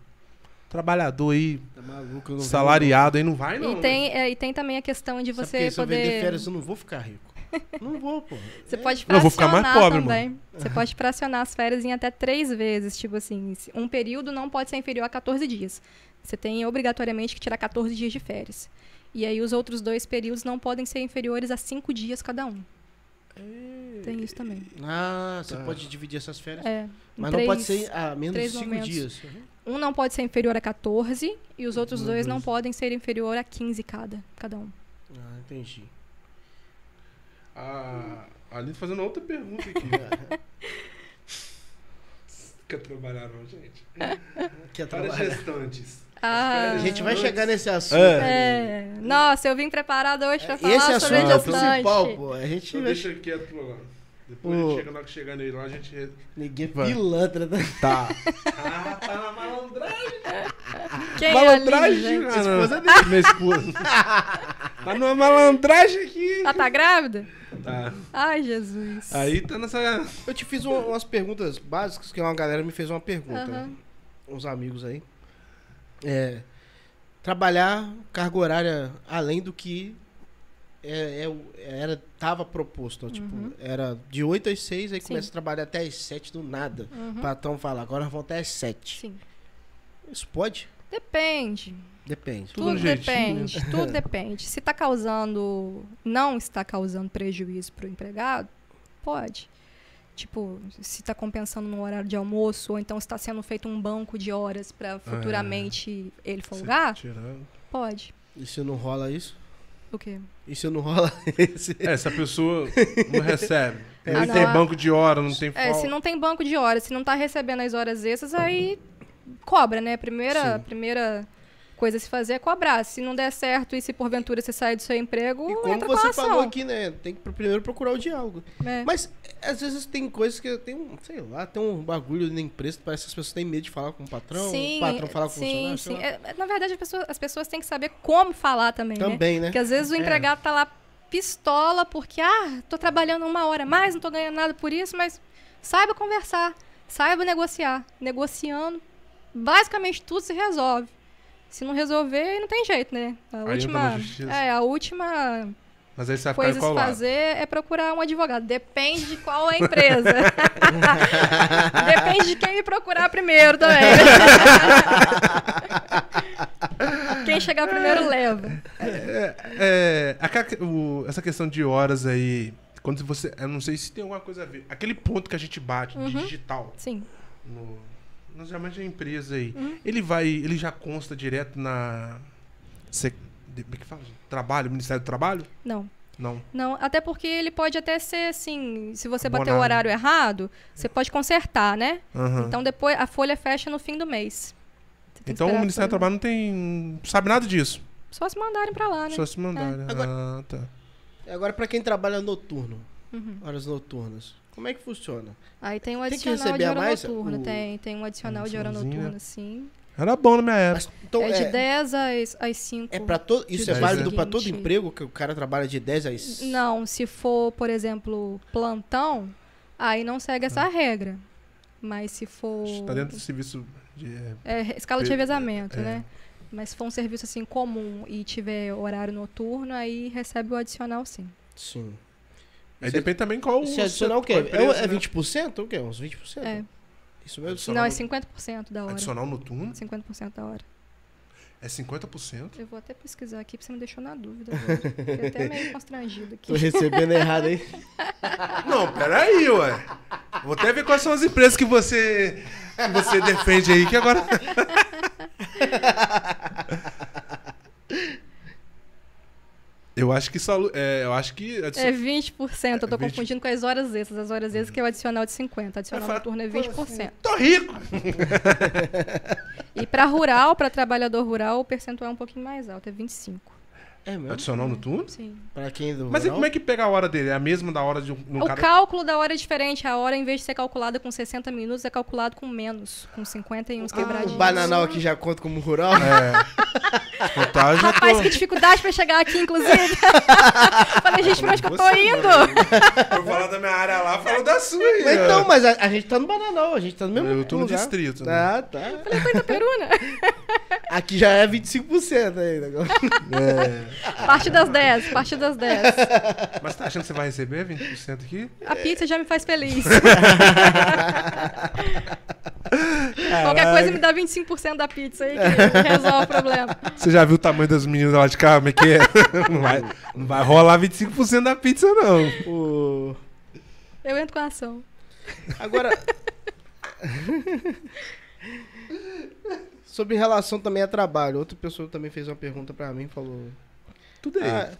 Trabalhador aí, Tá maluco, eu não salariado aí, não vai, não. né? e, tem, é, e tem também a questão de vendo. Sabe por você quê? Se eu vender poder. férias, eu não vou ficar rico. Não vou, pô. Você pode Eu fracionar vou ficar mais pobre, também. Você pode fracionar as férias em até três vezes. Tipo assim, se- um período não pode ser inferior a 14 dias. Você tem obrigatoriamente que tirar 14 dias de férias. E aí os outros dois períodos não podem ser inferiores a cinco dias cada um. Tem isso também. Ah, você pode dividir essas férias. É, em mas não três- pode ser a menos de três 5 momentos. dias. Um não pode ser inferior a 14 e os outros dois não podem ser inferior a 15 cada, cada um. Ah, entendi. Ah, a Aline fazendo outra pergunta aqui. né? [LAUGHS] Fica trabalhando, gente. Quer Para trabalhar? gestantes. Ah, A gente vai chegar nesse assunto. é. Nossa, eu vim preparada hoje pra falar Esse assunto sobre é o assunto gestante. principal, pô. A gente Então vai deixa quieto pra lá. Depois a Ô. gente chega na hora que chegar nele lá, a gente. re- Ninguém Vai. pilantra, tá? Tá. Ah, tá na malandragem. Quem é ali, malandragem, gente? cara. Minha [LAUGHS] esposa. é tá numa malandragem aqui. Ela tá grávida? Tá. Ai, Jesus. Aí tá nessa. Eu te fiz um- umas perguntas básicas, que uma galera me fez uma pergunta. né? Aham. Uns amigos aí. É, trabalhar carga horária além do que é, é o- era, tava proposto. Tipo, era de 8 às 6, aí Uhum. Sim. começa a trabalhar até às 7 do nada. Uhum. O patrão fala, agora nós vamos até às 7. Sim. Isso pode? Depende. Depende. Tudo Tudo, no né? jeitinho, depende. Tudo depende. Se tá causando. Não está causando prejuízo pro empregado, pode. Tipo, se tá compensando no horário de almoço, ou então está sendo feito um banco de horas É. pra futuramente ele folgar, tá Tirando. pode. E se não rola isso? O quê? E se não rola [LAUGHS] esse? É, se a pessoa não recebe. não, não, tem a- banco de hora, não tem É, folga. se não tem banco de horas, se não tá recebendo as horas extras, aí cobra, né? Primeira, primeira coisa a se fazer é cobrar. Se não der certo e se porventura você sair do seu emprego, E como Uh, entra com a você ação. falou aqui, né? Tem que pr- primeiro procurar o diálogo. É. Mas às vezes tem coisas que tem um, sei lá, tem um bagulho na empresa que parece que as pessoas têm medo de falar com o patrão, o patrão falar com o sim, funcionário. sei sim. lá. É, é, na verdade, a pessoa- as pessoas têm que saber como falar também, né? Também, né? Porque às vezes o empregado tá lá pistola porque, ah, tô trabalhando uma hora a mais, não tô ganhando nada por isso, mas saiba conversar, saiba negociar. Negociando, basicamente tudo se resolve. Se não resolver, não tem jeito, né? A entra última, na justiça. é, a última Mas aí você vai ficar coisa em a se qual lado? fazer é procurar um advogado. Depende de qual é a empresa. [LAUGHS] Depende de quem me procurar [LAUGHS] primeiro também. quem chegar primeiro leva. É, a ca- o- essa questão de horas aí, quando você. Eu não sei se tem alguma coisa a ver. Aquele ponto que a gente bate Uhum. de digital Sim. no. Nós chamamos de empresa aí. Uhum. Ele vai. Ele já consta direto na. sec- de- Como é que fala? gente? Trabalho, Ministério do Trabalho? Não. Não. Não, até porque ele pode até ser assim, se você bater o Abonado. horário errado, você pode consertar, né? Aham. Então depois a folha fecha no fim do mês. Você tem que Então o esperar a Ministério do folha- Trabalho não tem. não sabe nada disso. Só se mandarem pra lá, né? Só se mandar. Ah, tá. Agora, pra quem trabalha noturno, Uhum. horas noturnas, como é que funciona? Aí tem um Tem que adicional de receber a hora mais? noturna, O- tem, tem um adicional de hora Adicionalzinho, né? noturna, sim. Era bom na minha época. Mas, então, é de é, 10 às, às 5. é pra todo, isso é Mas, válido é. pra todo Seguinte. emprego, que o cara trabalha de 10 às... Não, se for, por exemplo, plantão, aí não segue essa regra. Mas se for Ah. Tá dentro do serviço de. é, é, escala de Pe- revezamento, é. né? Mas se for um serviço assim comum e tiver horário noturno, aí recebe o adicional sim. Sim. Aí Se- depende também qual. Se adicionar o quê? É, qual o- empresa, é né? 20%? O quê? Uns 20%? É. Isso mesmo? Adicional não, é no- 50% da hora. Adicional no turno 50% da hora. é 50%. Eu vou até pesquisar aqui, porque você me deixou [LAUGHS] na dúvida agora. Fiquei até meio constrangido aqui. Tô recebendo errado aí. Ah. Não, peraí, ué. Vou até ver quais são as empresas que você, que você defende aí, que agora. [LAUGHS] Eu acho que só. É, eu acho que. É 20%, eu tô É 20. confundindo com as horas extras. As horas extras que é o adicional de 50%. Adicional Vai falar, noturno é assim, 20%. assim? Tô rico! E para rural, para trabalhador rural, o percentual é um pouquinho mais alto, é 25%. É mesmo? Adicional no turno? Sim. Pra quem é do Mas e rural? como é que pega a hora dele? É a mesma da hora de um um o cara. cálculo da hora é diferente. A hora, em vez de ser calculada com 60 minutos, é calculado com menos, com 50 e uns Ah, O quebradinhos. bananal aqui já conta como rural? [LAUGHS] Contagem, eu [LAUGHS] Rapaz, tô- que dificuldade pra chegar aqui, inclusive. Falei, gente, pra onde que eu tô Você, né? [LAUGHS] indo? mano. Eu falo da minha área lá, falo da sua aí. Mas ó. então, mas a, a gente tá no bananal, a gente tá no mesmo É. Eu tô no lugar. distrito, né? Ah, tá. Falei, tô em Itaperuna. [LAUGHS] Aqui já é 25% [LAUGHS] ainda. agora. Parte das 10, parte das 10. Mas tá achando que você vai receber 20% aqui? A pizza já me faz feliz. Qualquer coisa me dá 25% da pizza aí que resolve o problema. Você já viu o tamanho das meninas lá de cá? Como é que é? [LAUGHS] não, vai, não vai rolar 25% da pizza, não. O- Eu entro com a ação. Agora. Sobre relação também a trabalho. Outra pessoa também fez uma pergunta pra mim, falou. Tudo aí. Ah,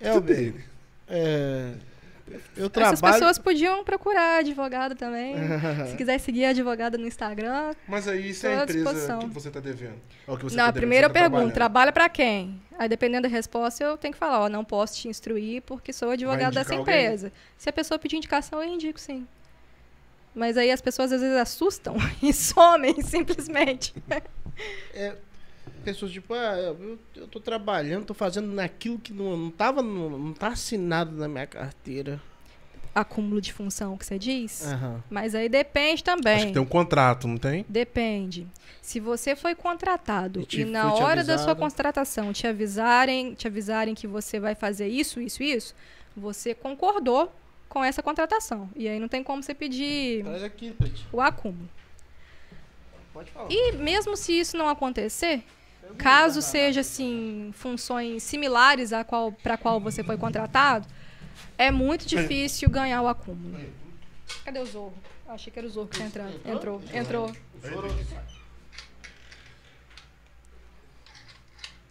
é, tudo ele. é, eu Essas trabalho. pessoas podiam procurar [LAUGHS] advogado também. Se quiser seguir a advogada no Instagram. Mas aí, isso Tô é a à empresa disposição. que você tá devendo. Ou que você não, tá a devendo, primeira eu você tá pergunto, trabalhando. trabalha pra quem? Aí dependendo da resposta, eu tenho que falar, ó, não posso te instruir porque sou advogado indicar dessa alguém? empresa. Se a pessoa pedir indicação, eu indico sim. Mas aí as pessoas às vezes assustam [LAUGHS] e somem simplesmente. Pessoas tipo, ah, eu, eu tô trabalhando, tô fazendo naquilo que não, não tava, no- não, tá assinado na minha carteira. Acúmulo de função que você diz? Aham. Mas aí depende também. É. Acho que tem um contrato, não tem? Depende. Se você foi contratado E e, te- na foi te hora da sua avisado. contratação te avisarem, te avisarem que você vai fazer isso, isso, isso, você concordou com essa contratação. E aí não tem como você pedir Traz aqui, Pete. o acúmulo. Pode falar. E mesmo se isso não acontecer, caso seja assim funções similares a qual para qual você foi contratado, é muito difícil ganhar o acúmulo. Cadê o Zorro? Eu achei que era o Zorro que tá entrando. Entrou, entrou.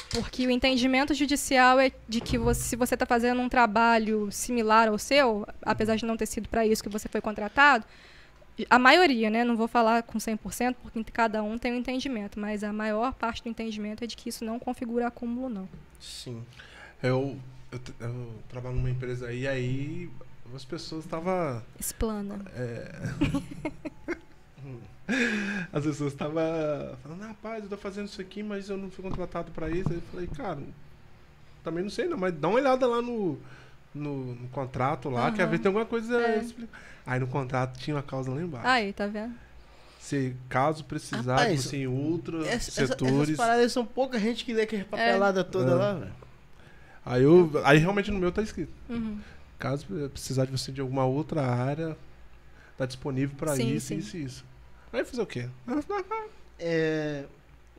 Porque o entendimento judicial é de que você- se você está fazendo um trabalho similar ao seu, apesar de não ter sido para isso que você foi contratado, a maioria, né? Não vou falar com 100%, porque cada um tem um entendimento, mas a maior parte do entendimento é de que isso não configura acúmulo, não. Sim. Eu, eu, t- eu trabalho numa empresa aí, aí as pessoas estavam. Explana. É. [LAUGHS] As pessoas estavam falando, rapaz, eu tô fazendo isso aqui, mas eu não fui contratado pra isso. Aí eu falei, cara, também não sei não, mas dá uma olhada lá no, no, no contrato lá, que às Aham. vezes tem alguma coisa. É. expli- Aí no contrato tinha uma causa lá embaixo. Aí, tá vendo? Se caso precisar, Rapaz, tipo assim, outros Essa, essa, essas setores. paradas são pouca gente que lê aquela papelada toda É. lá, velho. Aí, eu, aí realmente no meu tá escrito. Uhum. Caso precisar de você de alguma outra área, tá disponível pra Sim, isso, sim. isso e isso. Aí eu fiz o quê? É,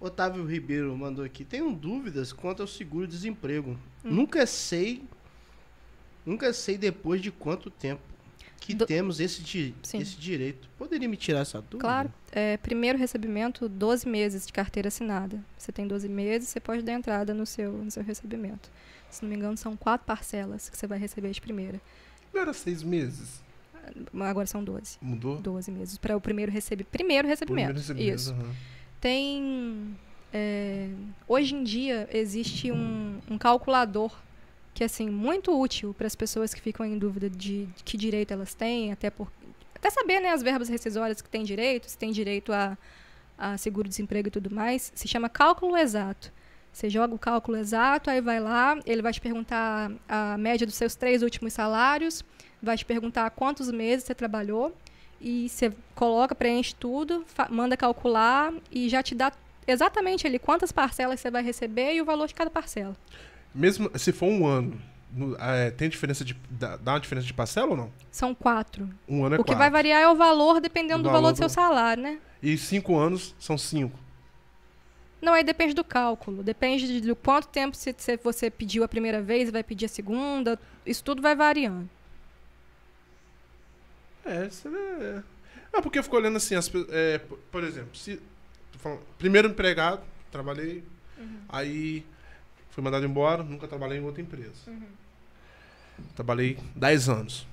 Otávio Ribeiro mandou aqui. Tenho dúvidas quanto ao Hum. seguro-desemprego. Nunca sei. Nunca sei depois de quanto tempo. Que Do- temos esse, di- Sim. esse direito. Poderia me tirar essa dúvida? Claro, é, primeiro recebimento, 12 meses de carteira assinada. Você tem 12 meses, você pode dar entrada no seu, no seu recebimento. Se não me engano, são quatro parcelas que você vai receber de primeira. Não era seis meses. Agora são 12. Mudou? 12 meses para o primeiro receber. Primeiro recebimento. Primeiro recebimento, Isso. um aham. Tem. é, hoje em dia existe um, um calculador que é assim, muito útil para as pessoas que ficam em dúvida de, de que direito elas têm, até por até saber né, as verbas rescisórias que têm direito, se tem direito a, a seguro-desemprego e tudo mais. Se chama cálculo exato. Você joga o cálculo exato, aí vai lá, ele vai te perguntar a média dos seus três últimos salários, vai te perguntar quantos meses você trabalhou, e você coloca, preenche tudo, fa- manda calcular e já te dá exatamente ali quantas parcelas você vai receber e o valor de cada parcela. Mesmo se for um ano, no- é, tem diferença de. Dá, dá uma diferença de parcela ou não? São quatro. Um ano é o que quatro. vai variar é o valor dependendo O do valor valor do seu do- salário, né? E cinco anos são cinco. Não, aí depende do cálculo, depende de- do quanto tempo se, se você pediu a primeira vez, vai pedir a segunda, isso tudo vai variando. É, isso é. É porque eu fico olhando assim, as, pe- é, p- por exemplo, se. tô falando- primeiro empregado, trabalhei, Uhum. aí fui mandado embora, nunca trabalhei em outra empresa. Uhum. Trabalhei 10 anos.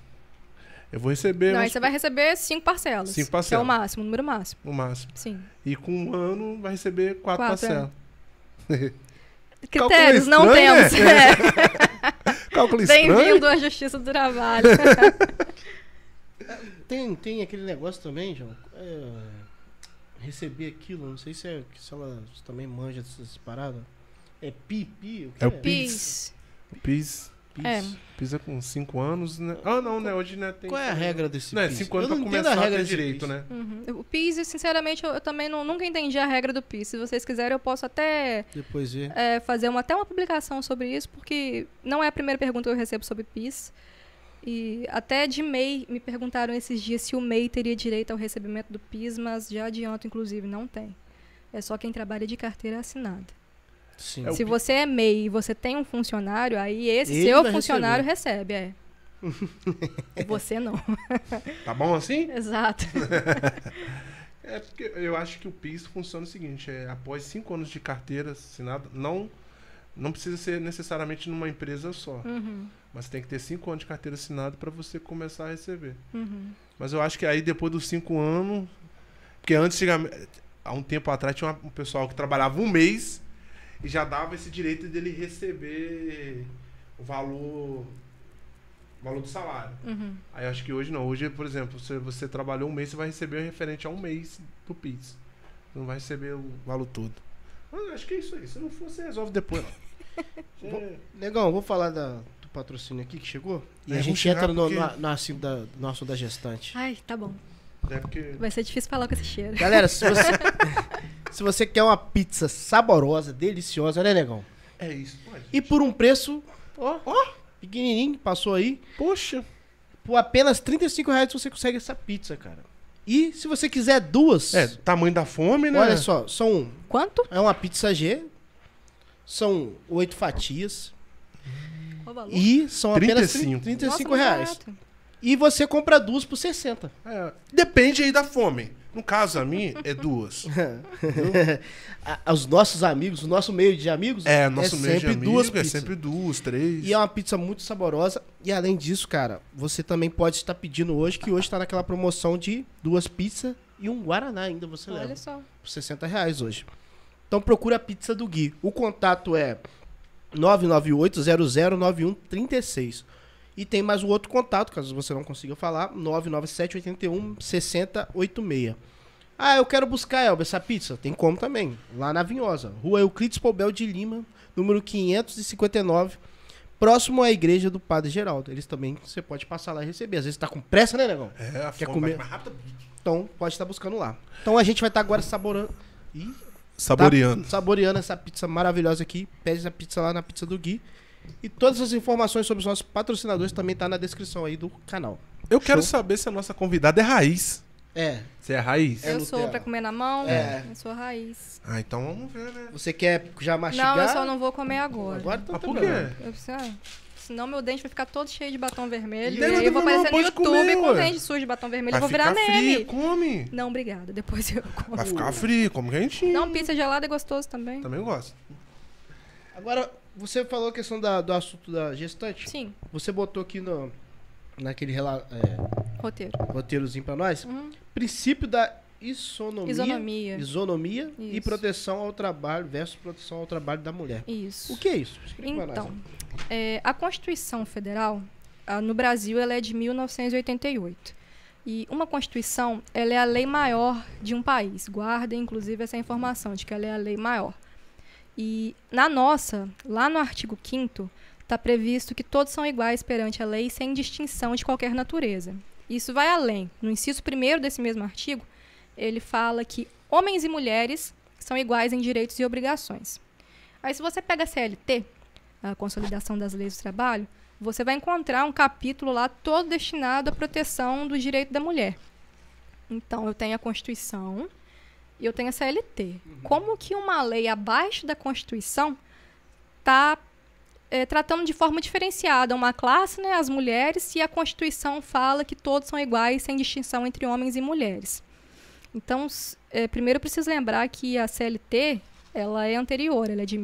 Eu vou receber um Não, aí vamos você vai receber cinco parcelas. Cinco Que é o parcelas. máximo, o número máximo. supor, no Um máximo. Sim. E com um ano vai receber quatro, Quatro, é. parcelas. Critérios, não estranho, né? temos. [LAUGHS] É. Cálculo estranho. Bem-vindo à Justiça do Trabalho. Tem, tem aquele negócio também, João. é, receber aquilo, não sei se, é, se ela também manja dessas paradas. É pi, pi? O que É é? o pi. [LAUGHS] Pis. Pis, Pis. É. pisa com cinco anos, né? Ah, não, né? Hoje, né? Tem Qual é a regra desse Não, é pis? cinco anos Eu pra não entendo começar a regra ter desse direito, pis. né? Uhum. O PIS, sinceramente, eu, eu também não- nunca entendi a regra do PIS. Se vocês quiserem, eu posso até Depois ver. é, fazer uma, até uma publicação sobre isso, porque não é a primeira pergunta que eu recebo sobre PIS. E até de MEI, me perguntaram esses dias se o MEI teria direito ao recebimento do PIS, mas já adianto, inclusive, não tem. É só quem trabalha de carteira assinada. Sim. É o se PIS. você é MEI e você tem um funcionário, aí esse Ele seu vai funcionário recebe, é. você não. Tá bom assim? Exato. É porque eu acho que o PIS funciona o seguinte, é após cinco anos de carteira assinada, não, não precisa ser necessariamente numa empresa só, Uhum, mas tem que ter cinco anos de carteira assinada para você começar a receber. uhum. Mas eu acho que aí depois dos cinco anos, porque antes antigamente- há um tempo atrás tinha uma- um pessoal que trabalhava um mês e já dava esse direito dele receber o valor, o valor do salário. uhum. Aí eu acho que hoje não. Hoje, por exemplo, se você trabalhou um mês, você vai receber referente a um mês do PIS. Não vai receber o valor todo. Mas eu acho que é isso aí. Se não for, você [LAUGHS] resolve depois. Você- Negão, vou falar da- do patrocínio aqui que chegou. E É, a vamos gente chegar entra no, porque- no, no assunto da, no assunto da gestante. Ai, tá bom. É porque. Vai ser difícil falar com esse cheiro. Galera, se você, [LAUGHS] se você quer uma pizza saborosa, deliciosa, né, Negão? É isso. Pode. E por um preço Ó, pequenininho, passou aí, poxa. por apenas R$ 35 reais você consegue essa pizza, cara. E se você quiser duas, É, tamanho da fome, né? olha só, são Quanto? é uma pizza G, são oito fatias e são apenas 35, 35. Tá Nossa, 35 muito reais. barato. E você compra duas por 60. É, depende aí da fome. No caso, a minha [LAUGHS] é duas. A- Os nossos amigos, o nosso meio de amigos, É, nosso meio de sempre amigo duas é pizzas. sempre duas, três. E é uma pizza muito saborosa. E além disso, cara, você também pode estar pedindo hoje, que hoje tá naquela promoção de duas pizzas e um Guaraná ainda você leva. Olha só. Por 60 reais hoje. Então procura a pizza do Gui. O contato é 998-009136. E tem mais um outro contato, caso você não consiga falar, 997-81-6086. Ah, eu quero buscar, Elber, essa pizza. Tem como também, lá na Vinhosa. Rua Euclides Pobel de Lima, número 559, próximo à igreja do Padre Geraldo. Eles também, você pode passar lá e receber. Às vezes tá com pressa, né, negão? É, a Quer fome vai comer? mais rápido. Então, pode estar buscando lá. Então a gente vai estar agora saborando. Ih, tá Saboreando. saboreando essa pizza maravilhosa aqui. Pede essa pizza lá na pizza do Gui. E todas as informações sobre os nossos patrocinadores também tá na descrição aí do canal. Tá, Eu quero Show. saber se a nossa convidada é raiz. É, Você é raiz? É eu Nutella. sou pra comer na mão, É. eu sou raiz. Ah, então vamos ver, né? você quer já mastigar? Não, eu só não vou comer agora. Agora então Mas por também. quê? Eu preciso, ah, senão meu dente vai ficar todo cheio de batom vermelho. Não, e aí eu vou não, não, aparecer no pode YouTube comer, com o ué. dente sujo de batom vermelho. Vai eu vou virar ficar meme. frio, come. Não, obrigada. Depois eu como. Vai ficar frio, come quentinho. Não, pizza gelada é gostoso também. Também gosto. Agora, você falou a questão da- do assunto da gestante. Sim, Você botou aqui no, naquele rela- é, roteiro. roteirozinho pra nós. Uhum. Princípio da isonomia. Isonomia. isonomia e Isso. proteção ao trabalho versus proteção ao trabalho da mulher. Isso. O que é isso? Explica pra nós. Então, é, a Constituição Federal, ah, no Brasil, ela é de 1988. E uma Constituição, ela é a lei maior de um país. Guardem, inclusive, essa informação de que ela é a lei maior. E na nossa, lá no artigo 5 está previsto que todos são iguais perante a lei, sem distinção de qualquer natureza. Isso vai além. No inciso 1 desse mesmo artigo, ele fala que homens e mulheres são iguais em direitos e obrigações. Aí, se você pega a CLT, a Consolidação das Leis do Trabalho, você vai encontrar um capítulo lá todo destinado à proteção do direito da mulher. Então, eu tenho a Constituição e eu tenho a CLT. Como que uma lei abaixo da Constituição está tratando de forma diferenciada uma classe, né, as mulheres, e a Constituição fala que todos são iguais, sem distinção entre homens e mulheres. Então, s- eh, primeiro eu preciso lembrar que a CLT ela é anterior, ela é de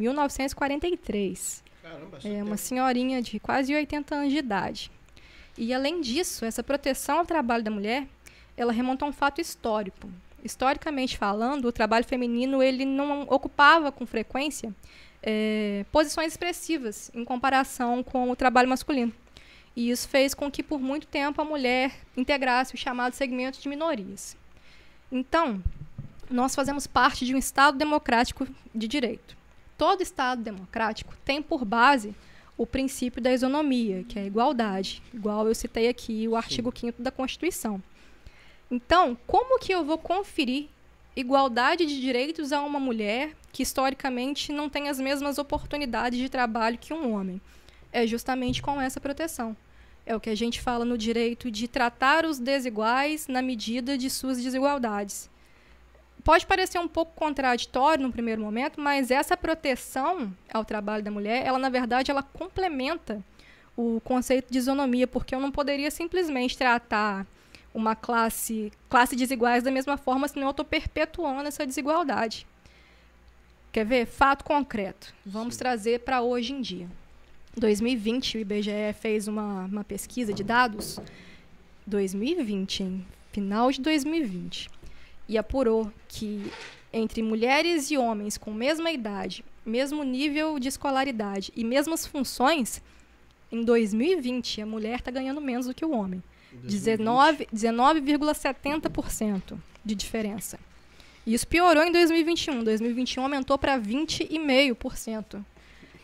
1943. Caramba, só É tem- uma senhorinha de quase 80 anos de idade. E além disso, essa proteção ao trabalho da mulher, ela remonta a um fato histórico. Historicamente falando, o trabalho feminino ele não ocupava com frequência eh, posições expressivas em comparação com o trabalho masculino. E isso fez com que, por muito tempo, a mulher integrasse o chamado segmento de minorias. Então, nós fazemos parte de um Estado democrático de direito. Todo Estado democrático tem por base o princípio da isonomia, que é a igualdade, igual eu citei aqui o artigo 5 da Constituição. Então, como que eu vou conferir igualdade de direitos a uma mulher que historicamente não tem as mesmas oportunidades de trabalho que um homem? É justamente com essa proteção. É o que a gente fala no direito de tratar os desiguais na medida de suas desigualdades pode parecer um pouco contraditório no primeiro momento, mas essa proteção ao trabalho da mulher, ela na verdade ela complementa o conceito de isonomia, porque eu não poderia simplesmente tratar uma classe classe desiguais da mesma forma, senão eu estou perpetuando essa desigualdade. Quer ver? Fato concreto. Vamos trazer para hoje em dia. Em 2020, o IBGE fez uma, uma pesquisa de dados. 2020, hein? Final de 2020 e apurou que entre mulheres e homens com mesma idade, mesmo nível de escolaridade e mesmas funções, em 2020 a mulher está ganhando menos do que o homem. 19 19,70% de diferença. E um. Isso piorou em 2021. 2021 aumentou para 20,5%.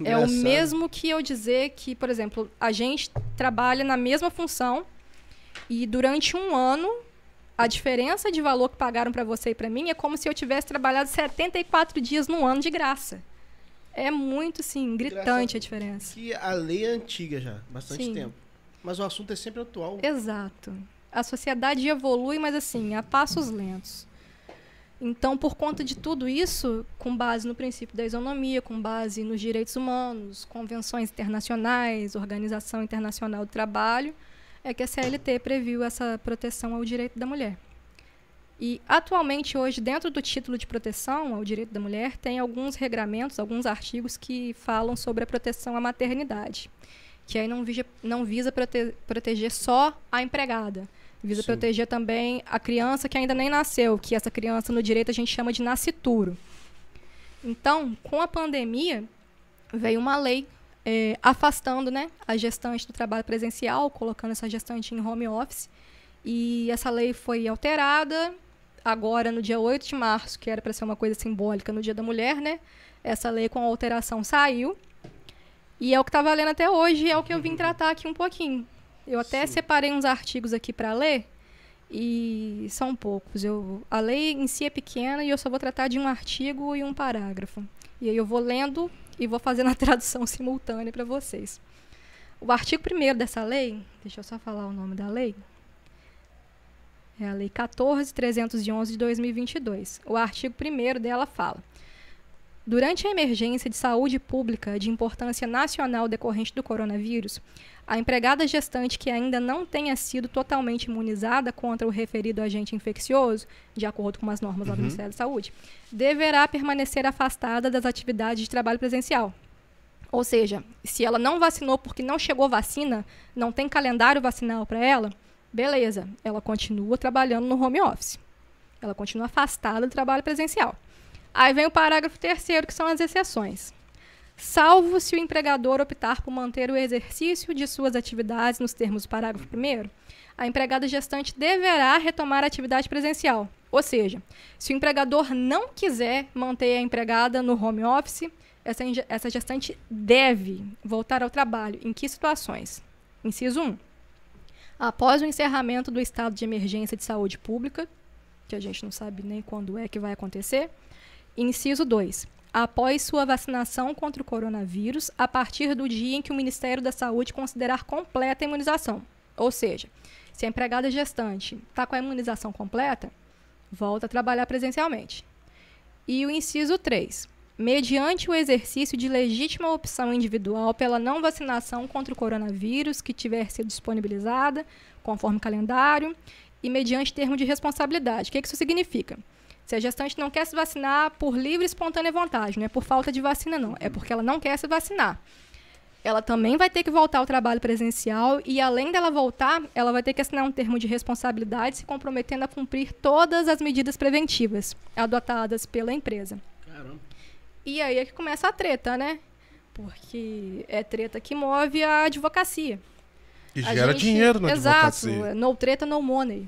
É o Engraçado. mesmo que eu dizer que, por exemplo, a gente trabalha na mesma função e durante um ano a diferença de valor que pagaram para você e para mim é como se eu tivesse trabalhado 74 dias num ano de graça. É muito, sim, gritante a diferença. Que a lei é antiga já, bastante Sim. tempo. Mas o assunto é sempre atual. Exato. A sociedade evolui, mas assim, a passos lentos. Então, por conta de tudo isso, com base no princípio da isonomia, com base nos direitos humanos, convenções internacionais, Organização Internacional do Trabalho, é que a CLT previu essa proteção ao direito da mulher. E atualmente hoje dentro do título de proteção ao direito da mulher tem alguns regramentos, alguns artigos que falam sobre a proteção à maternidade, que aí não visa, não visa prote- proteger só a empregada, visa Sim. proteger também a criança que ainda nem nasceu, que essa criança no direito a gente chama de nascituro. Então, com a pandemia veio uma lei eh, afastando, né, a gestante do trabalho presencial, colocando essa gestante em home office. E essa lei foi alterada. Agora, no dia 8 de março, que era para ser uma coisa simbólica no Dia da Mulher, né? Essa lei com a alteração saiu. E é o que está valendo até hoje, é o que eu vim tratar aqui um pouquinho. Eu até separei uns artigos aqui para ler e são poucos. Eu, a lei em si é pequena e eu só vou tratar de um artigo e um parágrafo. E aí eu vou lendo e vou fazendo a [LAUGHS] tradução simultânea para vocês. O artigo 1 dessa lei, deixa eu só falar o nome da lei. É a Lei 14.311 de 2022. O artigo 1 dela fala: Durante a emergência de saúde pública de importância nacional decorrente do coronavírus, a empregada gestante que ainda não tenha sido totalmente imunizada contra o referido agente infeccioso, de acordo com as normas lá do Ministério da Saúde, deverá permanecer afastada das atividades de trabalho presencial. Ou seja, se ela não vacinou porque não chegou vacina, não tem calendário vacinal para ela, beleza, ela continua trabalhando no home office. Ela continua afastada do trabalho presencial. Aí vem o parágrafo terceiro, que são as exceções. Salvo se o empregador optar por manter o exercício de suas atividades nos termos do parágrafo primeiro, a empregada gestante deverá retomar a atividade presencial. Ou seja, se o empregador não quiser manter a empregada no home office, essa, inge- essa gestante deve voltar ao trabalho. Em que situações? Inciso 1. Após o encerramento do estado de emergência de saúde pública, que a gente não sabe nem quando é que vai acontecer. Inciso 2. Após sua vacinação contra o coronavírus, a partir do dia em que o Ministério da Saúde considerar completa a imunização. Ou seja, se a empregada gestante está com a imunização completa, volta a trabalhar presencialmente. E o inciso 3. Mediante o exercício de legítima opção individual pela não vacinação contra o coronavírus que tiver sido disponibilizada, conforme calendário, e mediante termo de responsabilidade. O que, que isso significa? Se a gestante não quer se vacinar por livre e espontânea vontade, não é por falta de vacina, não, é porque ela não quer se vacinar. Ela também vai ter que voltar ao trabalho presencial e, além dela voltar, ela vai ter que assinar um termo de responsabilidade se comprometendo a cumprir todas as medidas preventivas adotadas pela empresa. Caramba. E aí é que começa a treta, né? Porque é treta que move a advocacia. E A gera gente- dinheiro na Exato, advocacia. é no treta, [LAUGHS] no money.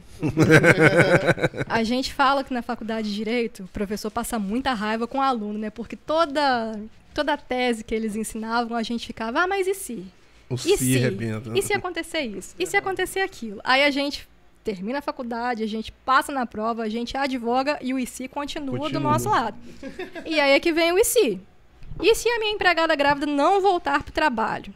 a gente fala que na faculdade de Direito, o professor passa muita raiva com o aluno, né? Porque toda, toda a tese que eles ensinavam, a gente ficava, ah, mas e se? O E se se? arrebenta. E se acontecer isso? E se acontecer aquilo? Aí a gente termina a faculdade, a gente passa na prova, a gente advoga e o IC continua, do Continua. nosso lado. E aí é que vem o IC. E se a minha empregada grávida não voltar pro trabalho?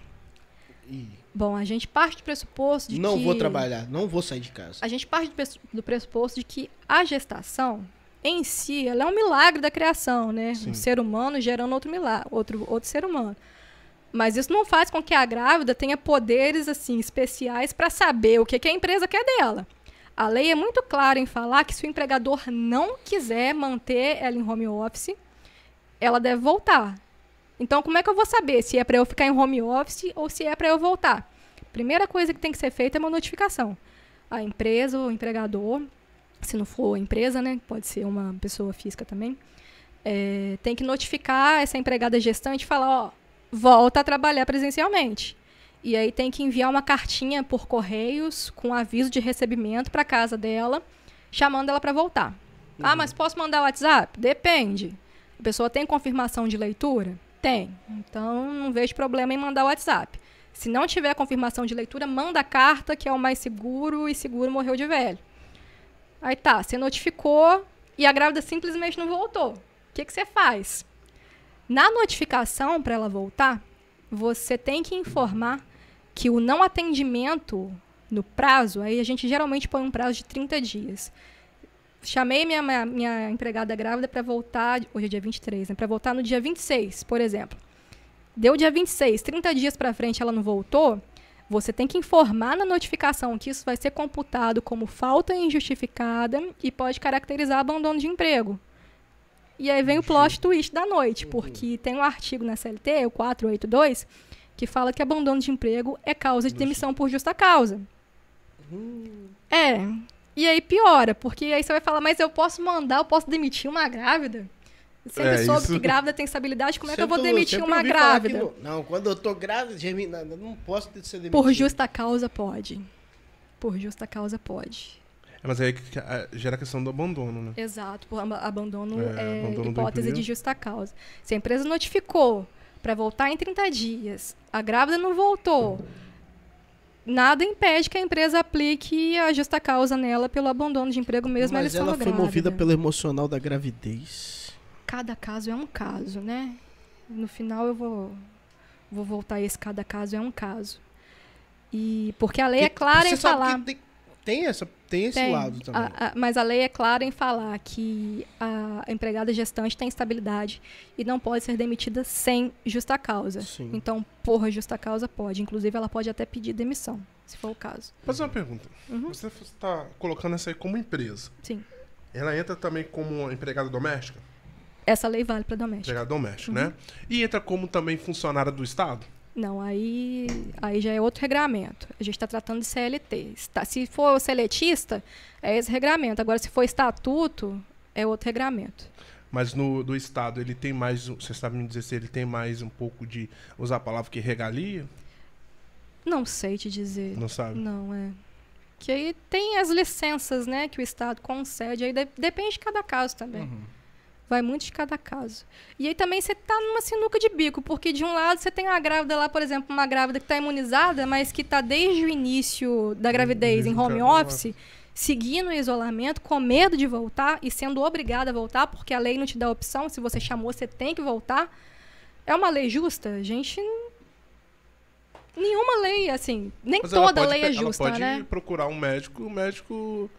Bom, a gente parte do pressuposto de Não que... vou trabalhar, não vou sair de casa. A gente parte do pres- do pressuposto de que a gestação, em si, ela é um milagre da criação, né? Um ser humano gerando outro milagre, outro, outro ser humano. Mas isso não faz com que a grávida tenha poderes assim especiais para saber o que, que a empresa quer dela. A lei é muito clara em falar que se o empregador não quiser manter ela em home office, ela deve voltar. Então, como é que eu vou saber se é para eu ficar em home office ou se é para eu voltar? Primeira coisa que tem que ser feita é uma notificação. A empresa ou o empregador, se não for empresa, né, pode ser uma pessoa física também, é, tem que notificar essa empregada gestante e falar, ó, volta a trabalhar presencialmente. E aí tem que enviar uma cartinha por correios com aviso de recebimento para casa dela, chamando ela para voltar. Ah, mas posso mandar WhatsApp? Depende. A pessoa tem confirmação de leitura? Tem. Então, não vejo problema em mandar WhatsApp. Se não tiver confirmação de leitura, manda a carta, que é o mais seguro, e seguro morreu de velho. Aí tá, você notificou e a grávida simplesmente não voltou. O que, que você faz? Na notificação, para ela voltar, você tem que informar que o não atendimento no prazo, aí a gente geralmente põe um prazo de 30 dias. Chamei minha, minha, minha empregada grávida para voltar, hoje é dia 23, né, para voltar no dia 26, por exemplo. Deu dia 26, 30 dias para frente ela não voltou, você tem que informar na notificação que isso vai ser computado como falta injustificada e pode caracterizar abandono de emprego. E aí vem o plot twist da Uhum. noite, porque tem um artigo na CLT, o 482, que fala que abandono de emprego é causa de demissão por justa causa. Hum. É. E aí piora, porque aí você vai falar, mas eu posso mandar, eu posso demitir uma grávida? Sempre É, soube isso- que grávida tem estabilidade, como é que eu Sempre vou demitir sempre uma ouvi falar que grávida? não- Não, quando eu tô grávida, germinada, não posso ter- ser demitido. Por justa causa pode. Por justa causa pode. É, Mas aí que- que, ah, gera a questão do abandono, né? Exato, por ab- abandono É, é, abandono do hipótese de emprego. justa causa. Se a empresa notificou para voltar em 30 dias, a grávida não voltou, nada impede que a empresa aplique a justa causa nela pelo abandono de emprego Mas mesmo ela ela estando foi movida grávida. pelo emocional da gravidez. Cada caso é um caso, né? No final eu vou, vou voltar a esse cada caso é um caso. E porque a lei é Que- clara você em sabe falar. que tem- Tem, essa, tem esse lado também. A- a- mas a lei é clara em falar que a empregada gestante tem estabilidade e não pode ser demitida sem justa causa. Sim. Então, por justa causa, pode. Inclusive, ela pode até pedir demissão, se for o caso. Fazer uma pergunta. Uhum. Você está colocando essa aí como empresa. Sim. Ela entra também como empregada doméstica? Essa lei vale para doméstica. Empregada doméstica, Uhum. né? E entra como também funcionária do Estado? Não, aí, aí já é outro regramento. A gente está tratando de CLT. Está- Se for seletista, é esse regramento. Agora, se for estatuto, é outro regramento. Mas no do Estado, ele tem mais. um- Você sabe me dizer se ele tem mais um pouco de. Usar a palavra que regalia? Não sei te dizer. Não sabe? Não, é. Que aí tem as licenças, né, que o Estado concede, aí de- depende de cada caso também. Uhum. Vai muito de cada caso. E aí também você tá numa sinuca de bico, porque de um lado você tem uma grávida lá, por exemplo, uma grávida que está imunizada, mas que está desde o início da gravidez desde em o home cara- office, seguindo o isolamento, com medo de voltar e sendo obrigada a voltar, porque a lei não te dá opção, se você chamou, você tem que voltar. É uma lei justa? A gente. n- Nenhuma lei, assim. Nem Mas ela toda pode lei pe- é justa, Ela pode né? procurar um médico, o médico.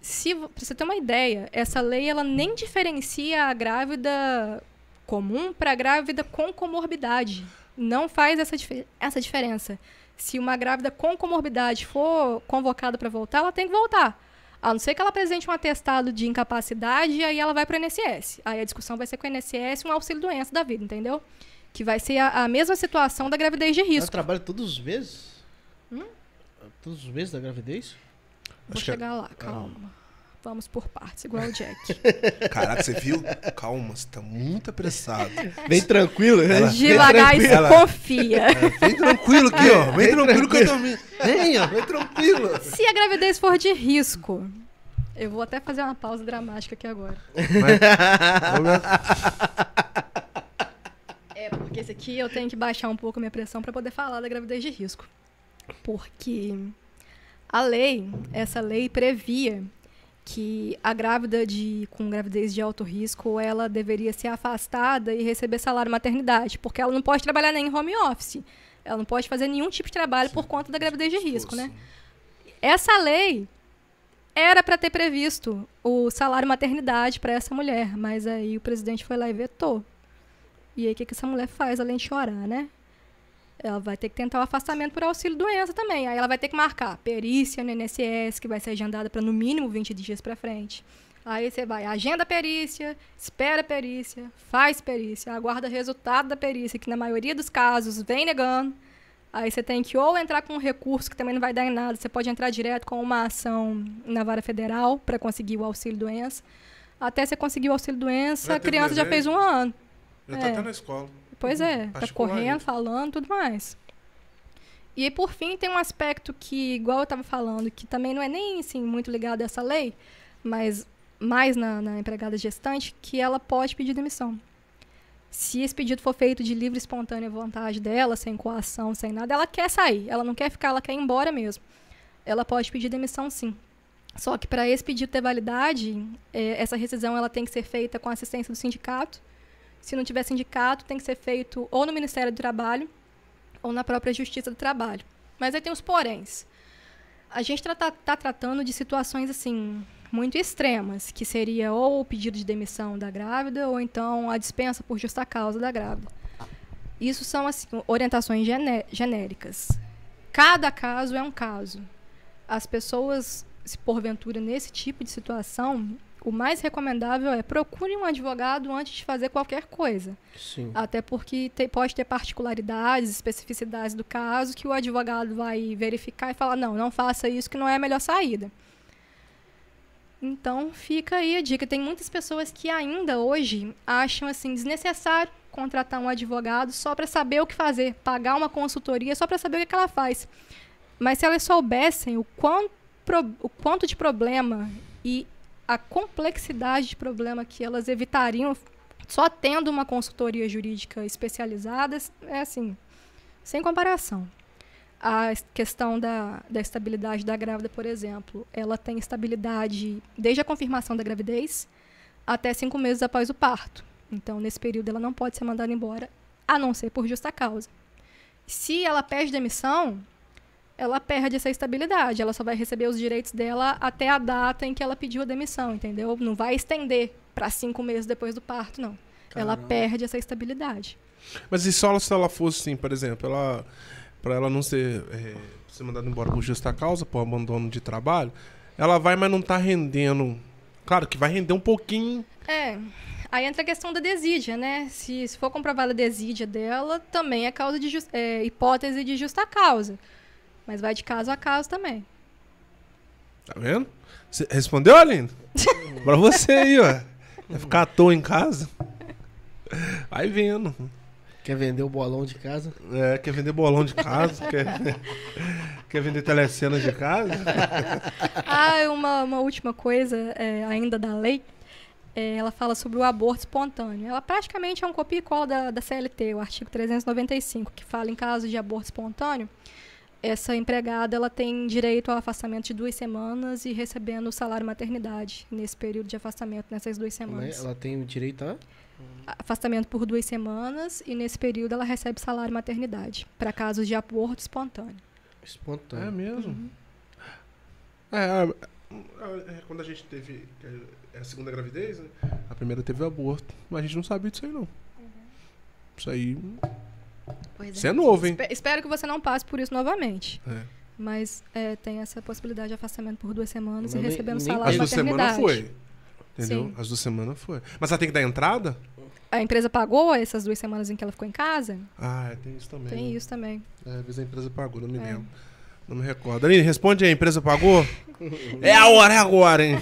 se vo- pra você ter uma ideia, essa lei ela nem diferencia a grávida comum para a grávida com comorbidade. Não faz essa, dife- essa diferença. Se uma grávida com comorbidade for convocada para voltar, ela tem que voltar. A não ser que ela apresente um atestado de incapacidade e aí ela vai para o INSS. Aí a discussão vai ser com o INSS um auxílio doença da vida, entendeu? Que vai ser a, a mesma situação da gravidez de Ela risco. trabalha todos os meses? Hum? Todos os meses da gravidez? Vou Acho que é- chegar lá, calma. Vamos por partes, igual o Jack. Caraca, você viu? Calma, você tá muito apressado. É. Vem tranquilo, né? Ela- Devagar e tranquila. confia. Vem tranquilo aqui, ó. Vem [LAUGHS] tranquilo que eu dormi. Vem, ó. Vem tranquilo. Se a gravidez for de risco, eu vou até fazer uma pausa dramática aqui agora. É, porque esse aqui eu tenho que baixar um pouco a minha pressão para poder falar da gravidez de risco. Porque a lei, essa lei previa que a grávida de com gravidez de alto risco, ela deveria ser afastada e receber salário maternidade, porque ela não pode trabalhar nem em home office. Ela não pode fazer nenhum tipo de trabalho por conta da gravidez de risco, né? Essa lei era para ter previsto o salário maternidade para essa mulher, mas aí o presidente foi lá e vetou. E aí o que, que essa mulher faz além de chorar, né? Ela vai ter que tentar o afastamento por auxílio doença também. Aí ela vai ter que marcar perícia no INSS, que vai ser agendada para no mínimo 20 dias para frente. Aí você vai, agenda a perícia, espera a perícia, faz perícia, aguarda resultado da perícia, que na maioria dos casos vem negando. Aí você tem que ou entrar com um recurso que também não vai dar em nada, você pode entrar direto com uma ação na vara federal para conseguir o auxílio doença. Até você conseguir o auxílio doença, Já a teve criança já neném? fez um ano. Já tá É. até na escola. Pois é, tá particular, correndo, gente. falando, tudo mais. E aí, por fim, tem um aspecto que, igual eu estava falando, que também não é nem assim, muito ligado a essa lei, mas mais na, na empregada gestante, que ela pode pedir demissão. Se esse pedido for feito de livre e espontânea vontade dela, sem coação, sem nada, ela quer sair, ela não quer ficar, ela quer ir embora mesmo. Ela pode pedir demissão, sim. Só que para esse pedido ter validade, eh, essa rescisão ela tem que ser feita com a assistência do sindicato. Se não tiver sindicato, tem que ser feito ou no Ministério do Trabalho ou na própria Justiça do Trabalho. Mas aí tem os poréns. A gente está tratando de situações assim muito extremas, que seria ou o pedido de demissão da grávida ou então a dispensa por justa causa da grávida. Isso são assim, orientações gené- genéricas. Cada caso é um caso. As pessoas, se porventura nesse tipo de situação, o mais recomendável é procure um advogado antes de fazer qualquer coisa. Sim. Até porque te- pode ter particularidades, especificidades do caso que o advogado vai verificar e falar: não, não faça isso, que não é a melhor saída. Então fica aí a dica. Tem muitas pessoas que ainda hoje acham assim desnecessário contratar um advogado só para saber o que fazer, pagar uma consultoria só para saber o que, que ela faz. Mas se elas soubessem o, quão pro- o quanto de problema e a complexidade de problema que elas evitariam só tendo uma consultoria jurídica especializada, é assim, sem comparação. A es- questão da, da estabilidade da grávida, por exemplo, ela tem estabilidade desde a confirmação da gravidez até cinco meses após o parto. Então, nesse período, ela não pode ser mandada embora, a não ser por justa causa. Se ela pede demissão, ela perde essa estabilidade. Ela só vai receber os direitos dela até a data em que ela pediu a demissão, entendeu? Não vai estender para cinco meses depois do parto, não. Ela Caramba. perde essa estabilidade. Mas e só se ela fosse, assim, por exemplo, ela. Pra ela não ser, é, ser mandada embora por justa causa, por abandono de trabalho, ela vai, mas não tá rendendo. Claro que vai render um pouquinho. É. Aí entra a questão da desídia, né? Se, se for comprovada a desídia dela, também é causa de jus- é, hipótese de justa causa. Mas vai de caso a caso também. Tá vendo? Cê respondeu, [LAUGHS] Aline? pra você aí, ó. Vai ficar à toa em casa. Vai vendo. Quer vender o bolão de casa? É, quer vender bolão de casa? quer, [LAUGHS] quer vender telecenas de casa? Ah, e uma, uma última coisa é, ainda da lei. É, ela fala sobre o aborto espontâneo. Ela praticamente é um copia e cola da, da CLT, o artigo 395, que fala em caso de aborto espontâneo, essa empregada ela tem direito ao afastamento de duas semanas e recebendo o salário maternidade nesse período de afastamento, nessas duas Como é? semanas. Ela tem o direito a. Afastamento por duas semanas e nesse período ela recebe salário maternidade, para casos de aborto espontâneo. É Espontâneo. mesmo? É, a- é, quando a gente teve é, a segunda gravidez, né? A primeira teve aborto. Mas a gente não sabia disso aí, não. Uhum. Isso aí. Isso é novo, hein? Espe- Espero que você não passe por isso novamente. É. Mas é, tem essa possibilidade de afastamento por duas Mas semanas e nem- recebendo nem- salário As de duas semanas maternidade. foi. Entendeu? Sim. As duas semanas foi. Mas ela tem que dar entrada? A empresa pagou essas duas semanas em que ela ficou em casa? Ah, é, tem isso também. Tem né? isso também. É, às vezes a empresa pagou, não me É. lembro. Não me recordo. Aline, responde aí, a empresa [LAUGHS] pagou? é a hora, é agora, hein?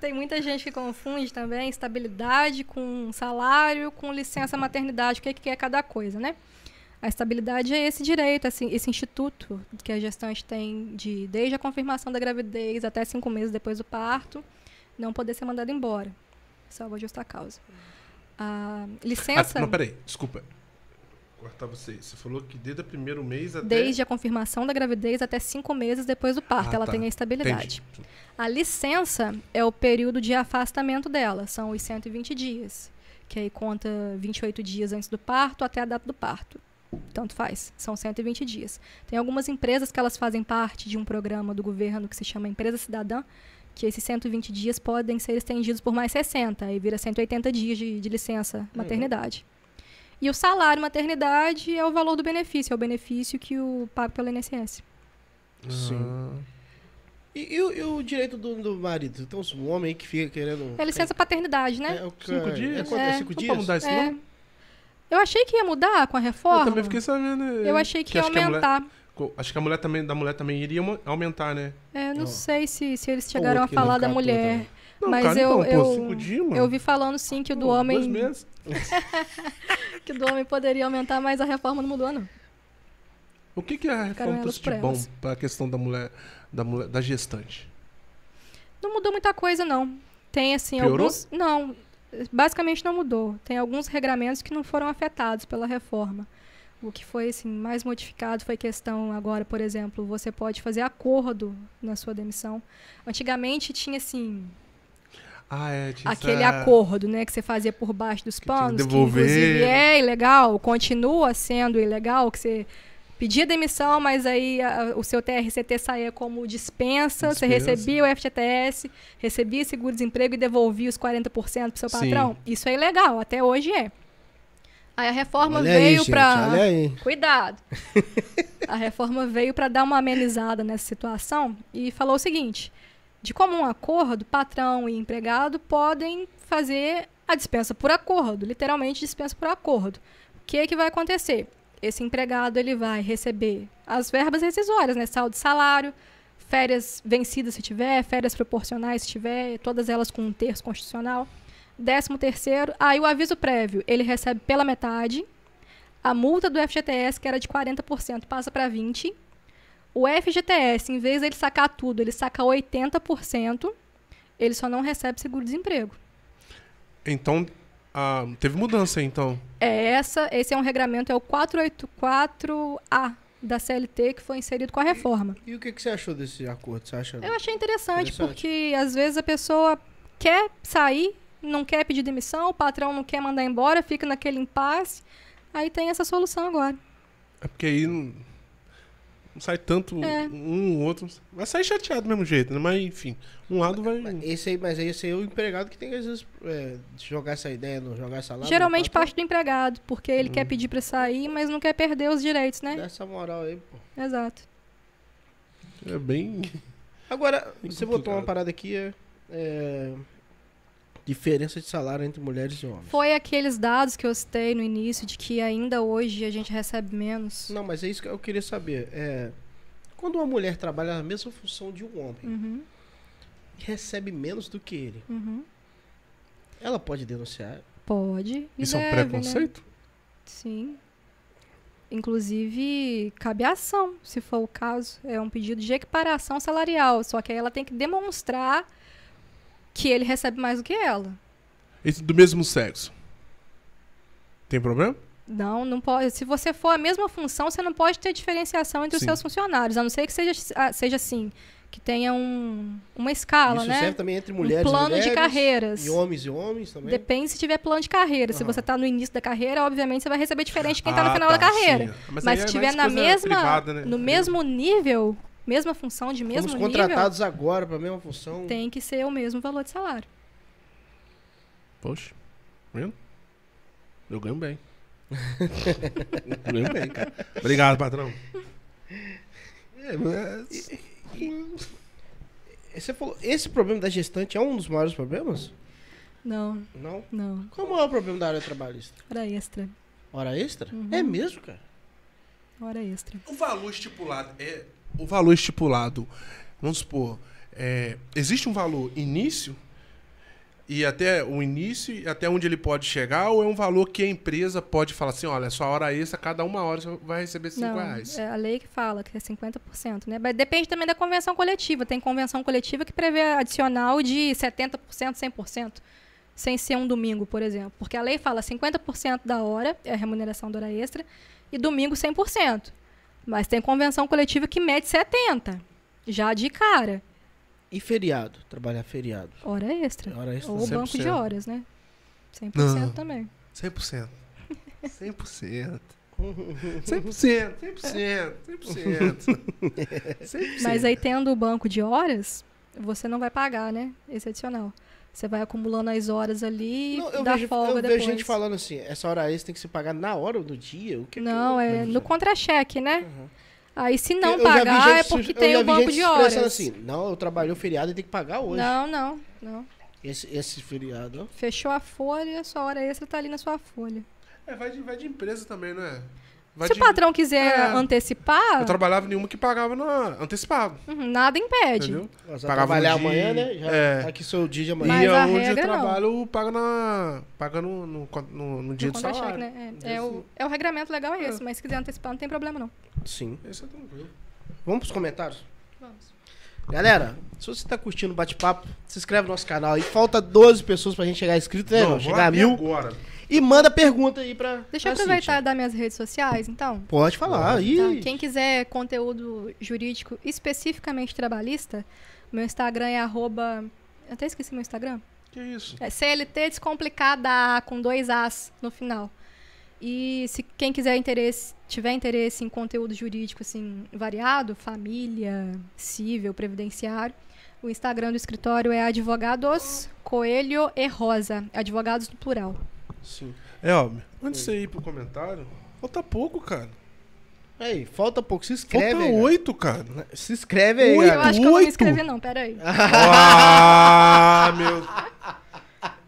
Tem muita gente que confunde também estabilidade com salário, com licença maternidade, o que, que é cada coisa, né? A estabilidade é esse direito, esse, esse instituto que a gestante tem de desde a confirmação da gravidez até cinco meses depois do parto, não poder ser mandada embora, salvo a justa causa. A licença Ah, não, peraí, desculpa. Cortar você. Você falou que desde o primeiro mês até. desde a confirmação da gravidez até cinco meses depois do parto, Ah, ela tá. tem a estabilidade. Entendi. A licença é o período de afastamento dela, são os 120 dias, que aí conta 28 dias antes do parto até a data do parto. Tanto faz, são 120 dias. Tem algumas empresas que elas fazem parte de um programa do governo que se chama Empresa Cidadã, que esses 120 dias podem ser estendidos por mais 60, aí vira 180 dias de, de licença maternidade. E o salário maternidade é o valor do benefício, é o benefício que o pago pelo INSS. Sim. E, e o, e o direito do, do marido? Então, se um homem que fica querendo. É licença paternidade, né? É, o que- Cinco dias? É, quanto é? É. Cinco Não dias? pra mudar isso, É. não? Eu achei que ia mudar com a reforma. Eu também fiquei sabendo. Eu achei que, ia acho a mulher- aumentar. co- acho que a mulher também, da mulher também iria mo- aumentar, né? É, não Ó. sei se, se eles chegaram a outro que não falar da catou mulher. também. Não, Mas cara, eu, então, eu, pô, cinco dias, mano. eu vi falando sim que o do Pô, homem Dois meses. que do homem poderia aumentar, mas a reforma não mudou não. O que, que a Ficaram reforma elas trouxe por de bom elas. pra questão da mulher, da mulher, da gestante? Não mudou muita coisa não. Tem assim Piorou? alguns não, basicamente não mudou. Tem alguns regramentos que não foram afetados pela reforma. O que foi assim mais modificado foi questão agora, por exemplo, você pode fazer acordo na sua demissão. Antigamente tinha assim, Ah, é. Tinha aquele essa- acordo, né, que você fazia por baixo dos Que tinha que panos, que, devolver. inclusive é ilegal, continua sendo ilegal, que você pedia demissão, mas aí a- o seu TRCT saía como dispensa, você Dispensa. recebia o FGTS, recebia seguro-desemprego e devolvia os 40% pro seu Sim. patrão. Isso é ilegal, até hoje é. Aí a reforma Olha aí, veio gente, para Olha aí. Cuidado! A reforma veio para dar uma amenizada nessa situação e falou o seguinte: de comum acordo, patrão e empregado podem fazer a dispensa por acordo, literalmente dispensa por acordo. O que, que vai acontecer? Esse empregado ele vai receber as verbas rescisórias, né? Saldo de salário, férias vencidas se tiver, férias proporcionais se tiver, todas elas com um terço constitucional. Décimo terceiro, aí o aviso prévio, ele recebe pela metade, a multa do FGTS, que era de 40%, passa para 20%. O FGTS, em vez dele sacar tudo, ele saca 80%. Ele só não recebe seguro-desemprego. Então, ah, teve mudança, então. É essa, esse é um regramento, é o 484A da CLT, que foi inserido com a reforma. E o que, que você achou desse acordo? Você acha. Eu achei interessante, Interessante. porque às vezes a pessoa quer sair, não quer pedir demissão, o patrão não quer mandar embora, fica naquele impasse. Aí tem essa solução agora. É porque aí. não- Não sai tanto É. um, outro. Vai sair chateado do mesmo jeito, né? Mas, enfim, um lado vai. Esse aí, mas aí esse aí é o empregado que tem que às vezes é, jogar essa ideia, não jogar essa lá. Hum. Geralmente não, parte do empregado, porque ele quer pedir pra sair, mas não quer perder os direitos, né? Dá essa moral aí, pô. Exato. É bem. Agora, você botou uma É complicado. parada aqui, é, é, Diferença de salário entre mulheres e homens. Foi aqueles dados que eu citei no início de que ainda hoje a gente recebe menos. Não, mas é isso que eu queria saber. É, quando uma mulher trabalha na mesma função de um homem, Uhum, recebe menos do que ele, uhum. ela pode denunciar. Pode. e Isso é um deve, né? preconceito? Sim. Inclusive, cabe ação, se for o caso. É um pedido de equiparação salarial. Só que aí ela tem que demonstrar que ele recebe mais do que ela. Esse do mesmo sexo. Tem problema? Não, não pode. Se você for a mesma função, você não pode ter diferenciação entre Sim. os seus funcionários, a não ser que seja, ah, seja assim, que tenha um, uma escala, isso né? serve também entre mulheres um plano e mulheres, de carreiras. E homens e homens também. Depende se tiver plano de carreira. Se Aham. você está no início da carreira, obviamente você vai receber diferente de quem está Ah, no final tá, da carreira. sim. Mas, aí se é tiver mais na coisa mesma, privada, né? no mesmo nível, mesma função de mesmo Fomos nível, contratados agora para a mesma função. tem que ser o mesmo valor de salário. Poxa, tá vendo? Eu ganho bem. [LAUGHS] Eu ganho bem, cara. Obrigado, patrão. [LAUGHS] É, mas... Você falou, esse problema da gestante é um dos maiores problemas? Não, Não. não. Qual é o maior problema da área trabalhista? Hora extra. Hora extra? Uhum. É mesmo, cara. Hora extra. O valor estipulado é. O valor estipulado, vamos supor, é, existe um valor início e até o início e até onde ele pode chegar, ou é um valor que a empresa pode falar assim, olha, sua hora extra, cada uma hora você vai receber 5 Não, reais. é a lei que fala que é 50%, né? Mas depende também da convenção coletiva. Tem convenção coletiva que prevê adicional de 70%, 100%, sem ser um domingo, por exemplo. Porque a lei fala 50% da hora é a remuneração da hora extra e domingo 100%. Mas tem convenção coletiva que mete 70%, já de cara, E feriado? Trabalhar feriado. é hora extra. Hora extra. Ou banco 100%. de horas, né? 100% Não. também. 100%. 100%. 100%, 100%, [LAUGHS] 100%. 100%. Mas é aí tendo o banco de horas, você não vai pagar, né? Esse adicional. Você vai acumulando as horas ali Não, e eu dá vejo, folga eu depois. vejo gente falando assim, essa hora extra tem que se pagar na hora do dia? O que que não, eu- Uhum. é no contra-cheque, né? Aí se Eu não já vi pagar é gente se- porque eu tem já o vi banco gente de se expressando horas. assim, não, eu trabalhei o feriado e tem que pagar hoje. Não, não, não. Esse, esse feriado. ó. Fechou a folha, sua hora extra tá ali na sua folha. É, vai, de, vai de empresa também, né? Vai se de... o patrão quiser É. antecipar, Eu trabalhava em uma que pagava na... antecipado, uhum, nada impede. entendeu? Mas vai Pagava um trabalhar dia, amanhã, né? Já é. tá aqui seu dia de amanhã. Mas e é a onde eu regra não. trabalho paga, na, paga no, no, no- no dia No do um contra-cheque, salário. né? É, é o, é o regramento legal é esse, mas se quiser antecipar não tem problema não. Sim. Isso é tranquilo. Vamos pros comentários? Vamos. Galera, se você tá curtindo o bate-papo, se inscreve no nosso canal aí. Falta 12 pessoas pra gente chegar inscrito, né? Não, Não, vou chegar a abrir mil. agora. E manda pergunta aí pra. Deixa eu pra aproveitar e Cíntia. dar minhas redes sociais, então. Pode falar. Ih, Tá? Quem quiser conteúdo jurídico especificamente trabalhista, meu Instagram é arroba. Eu até esqueci meu Instagram. Que isso? É CLT Descomplicada com dois As no final. E se quem quiser interesse, tiver interesse em conteúdo jurídico assim variado, família, civil, previdenciário, o Instagram do escritório é Advogados Coelho e Rosa, advogados no plural. Sim. É, ó, antes de você ir pro comentário, falta pouco, cara. Aí, falta pouco. Se inscreve Falta aí. galera. oito, cara. [LAUGHS] Se inscreve aí, Oito. Eu galera. acho que eu não me Oito? inscrevi não, peraí. [LAUGHS] Ah, meu.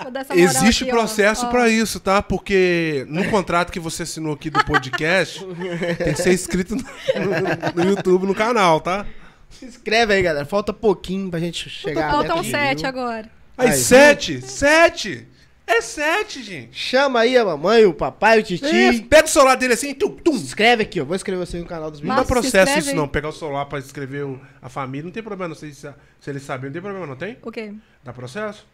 Vou dar essa moral Existe aqui, ó. processo Ó. pra isso, tá? Porque no contrato que você assinou aqui do [LAUGHS] podcast, tem que ser inscrito no, no- no YouTube, no canal, tá? Se inscreve aí, galera. Falta pouquinho pra gente chegar. à Faltam meta de um sete mil. agora. Aí, Aí, sete! Sete! É sete, gente! Chama aí a mamãe, o papai, o titi. É, pega o celular dele assim, tum, Se tum. inscreve aqui, ó. Vou escrever você no canal dos Não meninos. dá Mas se processo inscreve isso, aí. não. Pegar o celular pra escrever o- a família, não tem problema, não. Se, se eles sabem, não tem problema, não tem? O quê? Dá processo?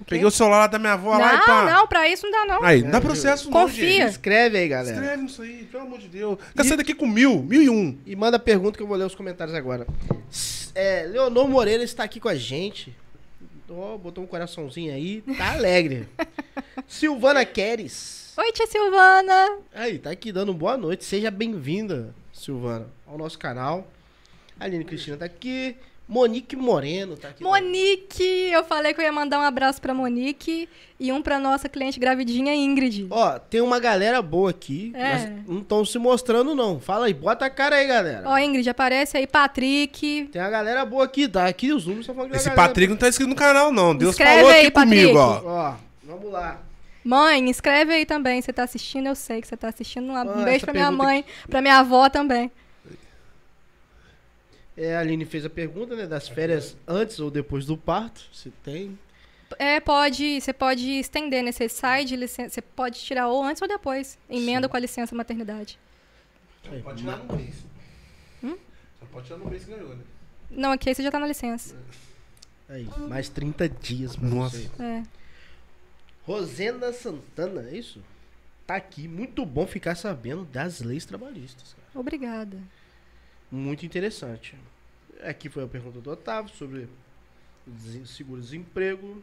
quê? Peguei o celular da minha avó lá e pá. então. não, não, pra isso não dá não. Aí, não dá processo, não, Confia. gente. Escreve aí, galera. Escreve isso aí, pelo amor de Deus. Tá saindo aqui com mil, mil e um. E manda pergunta que eu vou ler os comentários agora. S- É, Leonor Moreira está aqui com a gente. Ó, botou um coraçãozinho aí. Tá alegre. Silvana Queres. Oi, tia Silvana. Aí, tá aqui dando boa noite. Seja bem-vinda. Silvana, ao nosso canal. A Aline Cristina tá aqui. Monique Moreno tá aqui. Monique! Eu falei que eu ia mandar um abraço pra Monique e um pra nossa cliente gravidinha Ingrid. Ó, tem uma galera boa aqui. É. mas não estão se mostrando, não. Fala aí, bota a cara aí, galera. Ó, Ingrid, aparece aí, Patrick. Tem uma galera boa aqui, tá? Aqui os números estão falando que tem Esse uma galera é Patrick não tá inscrito no canal, não. Deus Escreve falou aí, aqui comigo, boa. ó. Ó, vamos lá. Mãe, escreve aí também. Você tá assistindo, eu sei que você tá assistindo. Um Ah, essa beijo pra minha pergunta mãe, pra minha avó também. É, a Aline fez a pergunta, né? Das férias antes ou depois do parto, se tem. É, pode, você pode estender, né? Você sai de licença, você pode tirar ou antes ou depois. Emenda com a licença maternidade. Pode tirar no mês. Hum? Só pode tirar no mês que ganhou, né? Não, aqui aí você já tá na licença. Aí, mais 30 dias pra Nossa. você. É. Rosenda Santana, é isso? Tá aqui. Muito bom ficar sabendo das leis trabalhistas, cara. Obrigada. Muito interessante. Aqui foi a pergunta do Otávio sobre desen- seguro-desemprego.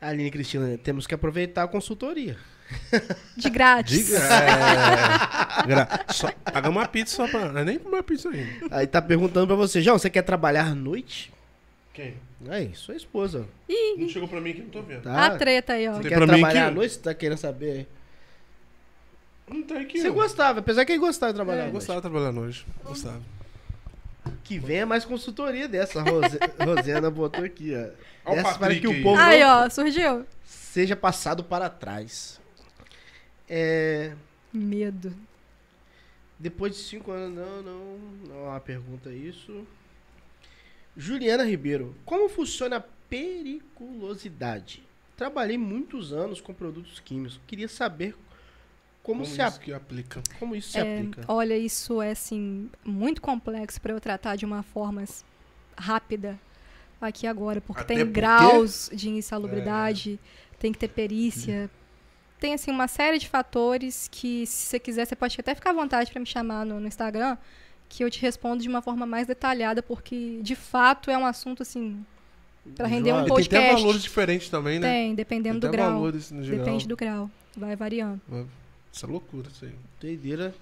A Aline Cristina, temos que aproveitar a consultoria. De grátis. Diga. É... Gra... Só... Paga uma pizza só pra. não é Nem uma pizza ainda. Aí tá perguntando pra você, João, você quer trabalhar à noite? Quem? Aí, sua esposa. Não chegou pra mim que não tô vendo. Tá? A treta aí, ó. Você Tem quer pra mim trabalhar que- à noite? Você tá querendo saber? Não tem aqui. Você ó. gostava, apesar que ele gostava de trabalhar É, à noite. gostava de trabalhar hoje. Gostava. Que venha mais consultoria dessa. A Rose... [LAUGHS] Rosena botou aqui, ó. Ó o Dessa para Patrick que o aí. povo Aí, não ó, surgiu. seja passado para trás. É... Medo. Depois de cinco anos, não, não, não há pergunta a isso. Juliana Ribeiro, como funciona a periculosidade? Trabalhei muitos anos com produtos químicos. Queria saber como, se isso ap- que aplica? como isso se É, aplica. Olha, isso é assim muito complexo para eu tratar de uma forma s- rápida aqui agora, porque Até tem porque- É. graus de insalubridade, tem que ter perícia. Tem assim uma série de fatores que se você quiser, você pode até ficar à vontade para me chamar no, no Instagram, que eu te respondo de uma forma mais detalhada, porque de fato é um assunto assim para render um Joia. E tem até podcast. valores diferentes também, né? Tem, dependendo tem do até grau. valores no geral. Depende do grau, vai variando. Isso é loucura, isso aí. Doideira.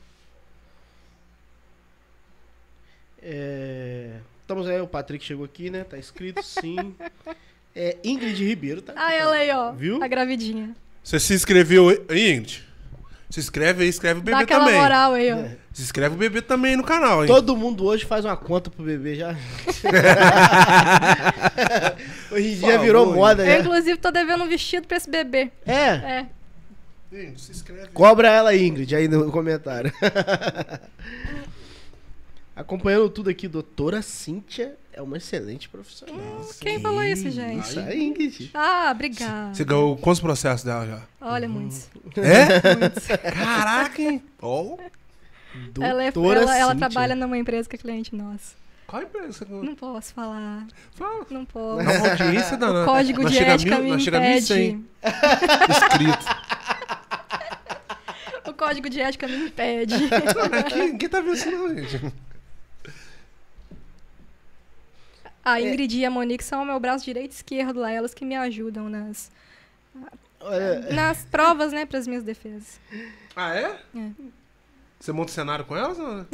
É... Estamos aí, o Patrick chegou aqui, né? Tá escrito [LAUGHS] sim. É, Ingrid Ribeiro tá aqui. Ah, ela também. aí, ó, Viu? a gravidinha. Você se inscreveu, aí, Ingrid? Se inscreve aí, escreve o bebê Dá aquela também. moral aí, ó. É. Se inscreve o bebê também no canal, hein? Todo mundo hoje faz uma conta pro bebê já. hoje em dia Favor, virou hein? moda, Eu, né? inclusive, tô devendo um vestido pra esse bebê. É. É. Ingrid, se inscreve. Cobra ela, Ingrid, aí no comentário. [LAUGHS] Acompanhando tudo aqui, doutora Cíntia é uma excelente profissional. Quem falou isso, gente? Isso aí, Ingrid. Ah, obrigada. Você ganhou quantos processos dela já? [LAUGHS] Olha, muitos. É? muitos. Caraca, hein? [LAUGHS] Ó, Ela, é- Doutora ela- ela Cíntia. trabalha numa empresa que é cliente nossa. qual a empresa? que eu- Não posso falar. Fala. Não posso. Dá uma audiência danada. Hum. [LAUGHS] O código Nós de chega a ética mil- me nós chega a impede. 1.100 [LAUGHS] inscritos. O código de ética me [LAUGHS] impede. Não, mas aqui ninguém tá vendo isso não, gente. É. A Ingrid e a Monique são o meu braço direito e esquerdo lá, elas que me ajudam nas, Olha, nas provas, né, pras minhas defesas. [LAUGHS] Ah, é? Você monta o cenário com elas? Não?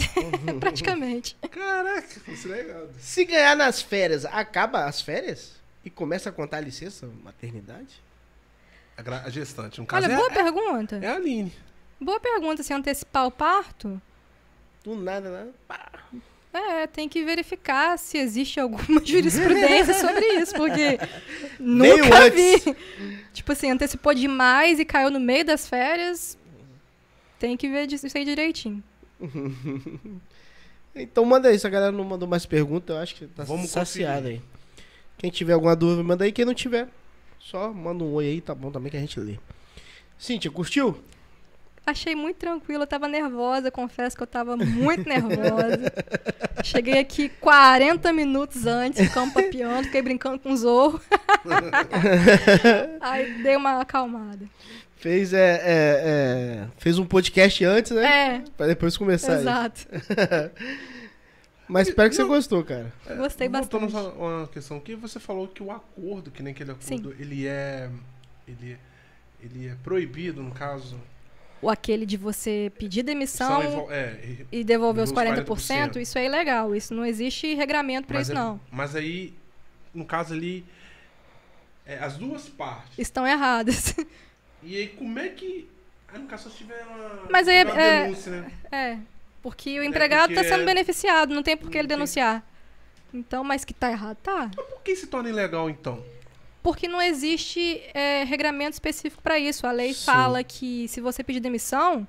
Praticamente. [LAUGHS] Caraca, isso é legal. se ganhar nas férias, acaba as férias? E começa a contar a licença, maternidade? A, gra- a gestante, no caso, Olha, é, boa pergunta. é a [LAUGHS] Aline. Boa pergunta se antecipar o parto. Do nada, nada. É, tem que verificar se existe alguma [LAUGHS] jurisprudência sobre isso, porque Veio nunca antes. vi. Tipo assim, antecipou demais e caiu no meio das férias. Tem que ver disso aí direitinho. Então manda aí, se a galera não mandou mais pergunta, eu acho que tá Vamos saciada aí. Quem tiver alguma dúvida, manda aí. Quem não tiver, só manda um oi aí, tá bom também que a gente lê. Cíntia, curtiu? Achei muito tranquilo, eu tava nervosa, confesso que eu tava muito nervosa. Cheguei aqui 40 minutos antes, ficamos papiando, fiquei brincando com o Zorro. Aí dei uma acalmada. Fez, é, é, é, fez um podcast antes, né? É, Pra depois começar aí. exato. Mas espero que você gostou, cara. Gostei Voltando bastante. a uma questão aqui, você falou que o acordo, que nem aquele Sim. acordo, ele é, ele é. Ele é proibido, no caso, ou aquele de você pedir São demissão evol- é, e- e devolver os Os 40%, 40%. isso é ilegal. Isso não existe regramento para mas isso, é- não. Mas aí, no caso ali, é, as duas partes. Estão erradas. [LAUGHS] E aí, como é que. Ah, no caso, se tiver uma, Mas aí tiver uma é- denúncia, né? É, porque o É, empregado está porque sendo é- beneficiado, não tem por que Não ele tem- denunciar. Então, mas que tá errado, tá. Por que se torna ilegal, então? Porque não existe é, regramento específico para isso. A lei Sim. fala que se você pedir demissão,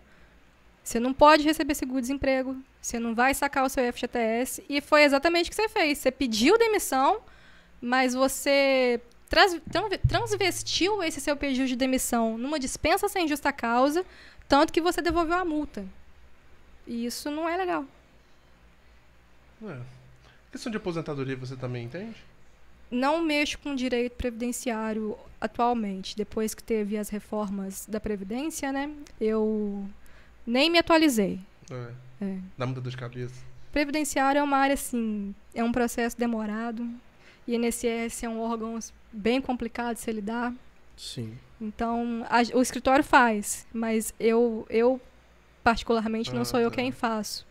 você não pode receber seguro-desemprego, você não vai sacar o seu FGTS. E foi exatamente o que você fez. Você pediu demissão, mas você trans- tran- transvestiu esse seu pedido de demissão numa dispensa sem justa causa, tanto que você devolveu a multa. E isso não é legal. Ué, É. questão de aposentadoria você também entende? não mexo com direito previdenciário atualmente, depois que teve as reformas da Previdência, né? Eu nem me atualizei. É. É. Dá muita dor de cabeça. Previdenciário é uma área, assim, é um processo demorado. INSS é um órgão bem complicado de se lidar. Sim. Então, a- o escritório faz, mas eu, eu particularmente, não Ah, sou eu tá. quem faço.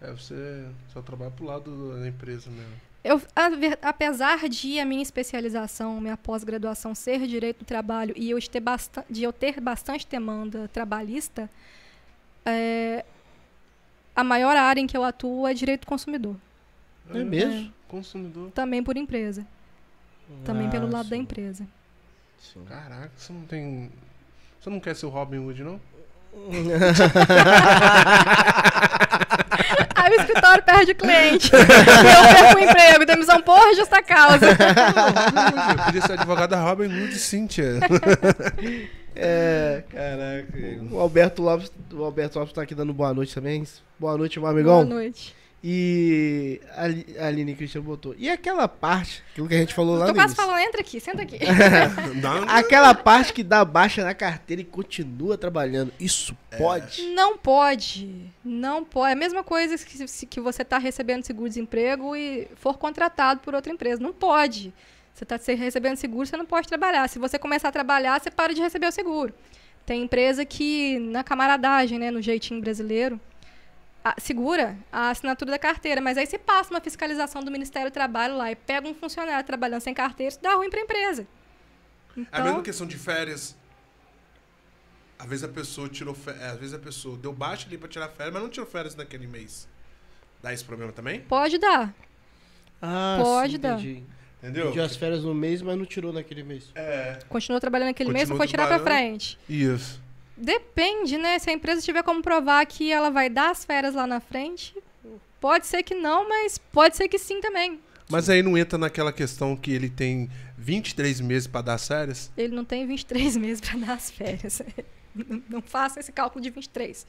É, você só trabalha pro lado da empresa mesmo. Eu, a ver- apesar de a minha especialização, minha pós-graduação ser direito do trabalho e eu ter basta- de eu ter bastante demanda trabalhista, é, a maior área em que eu atuo é direito do consumidor, É mesmo? Consumidor. também por empresa, também Ah, pelo lado da sim. empresa. Sim. Caraca, você não tem. Você não quer ser o Robin Hood, não? Aí o escritório perde cliente, eu perco o emprego, então demissão por justa [LAUGHS] causa. Eu podia ser advogado da Robin Hood, sim, tia. É, Caraca. o Alberto Lopes, o Alberto Lopes tá aqui dando boa noite também. Boa noite, meu amigão. Boa noite. E a Ali- a Aline Cristian botou. E aquela parte, aquilo que a gente falou lá Tô no quase início. falando, entra aqui, senta aqui. Aquela parte que dá baixa na carteira e continua trabalhando. Isso pode? Não pode. Não pode. É a mesma coisa que, se- que você está recebendo seguro-desemprego e for contratado por outra empresa. Não pode. Você está recebendo seguro, você não pode trabalhar. Se você começar a trabalhar, você para de receber o seguro. Tem empresa que, na camaradagem, né, no jeitinho brasileiro, a- segura a assinatura da carteira, mas aí você passa uma fiscalização do Ministério do Trabalho lá e pega um funcionário trabalhando sem carteira, isso dá ruim para a empresa. É a Então, mesma questão de férias. Às vezes a pessoa tirou fe- é, Às vezes a pessoa deu baixa ali pra tirar férias, mas não tirou férias naquele mês. Dá esse problema também? pode dar. Ah, Pode dar. entendi. Entendeu? Pediu as férias no mês, mas não tirou naquele mês. É. Continua trabalhando aquele mês, não Continua pode tirar para trabalhando. frente. Isso. Depende, né? Se a empresa tiver como provar que ela vai dar as férias lá na frente, pode ser que não, mas pode ser que sim também. Mas aí não entra naquela questão que ele tem 23 meses pra dar as férias? Ele não tem 23 [LAUGHS] meses para dar as férias. [LAUGHS] Não- não faça esse cálculo de 23.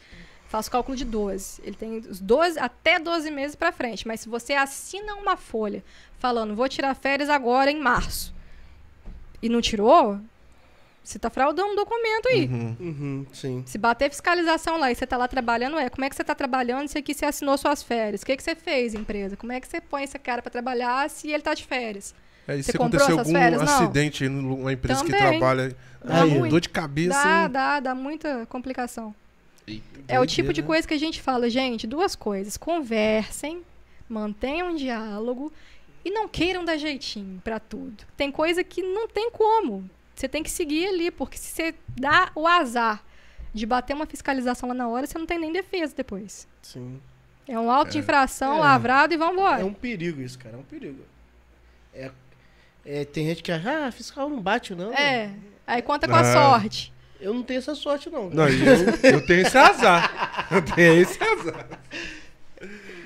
Faça o cálculo de 12. Ele tem os 12 até 12 meses para frente, mas se você assina uma folha falando, vou tirar férias agora em março, e não tirou, você tá fraudando um documento aí. Uhum. Uhum, sim. Se bater fiscalização lá e você tá lá trabalhando, é como é que você tá trabalhando se aqui você assinou suas férias? O que, que você fez, empresa? Como é que você põe esse cara para trabalhar se ele tá de férias? Aí Você É, se comprou acontecer essas algum férias, não? acidente numa empresa que Também. Tá trabalha, Dá aí, ruim. dor de cabeça. Dá, hein? dá, dá muita complicação. É o tipo de Doideira. coisa que a gente fala, gente, duas coisas. Conversem, mantenham um diálogo e não queiram dar jeitinho para tudo. Tem coisa que não tem como. Você tem que seguir ali, porque se você dá o azar de bater uma fiscalização lá na hora, você não tem nem defesa depois. Sim. É um auto de infração É. lavrado e vambora. É um perigo isso, cara. É um perigo. É, é, tem gente que acha, ah, fiscal não bate, não. É. Aí conta com a Ah. sorte. Eu não tenho essa sorte, não. Não, e eu, eu tenho esse azar. [LAUGHS] Eu tenho esse azar.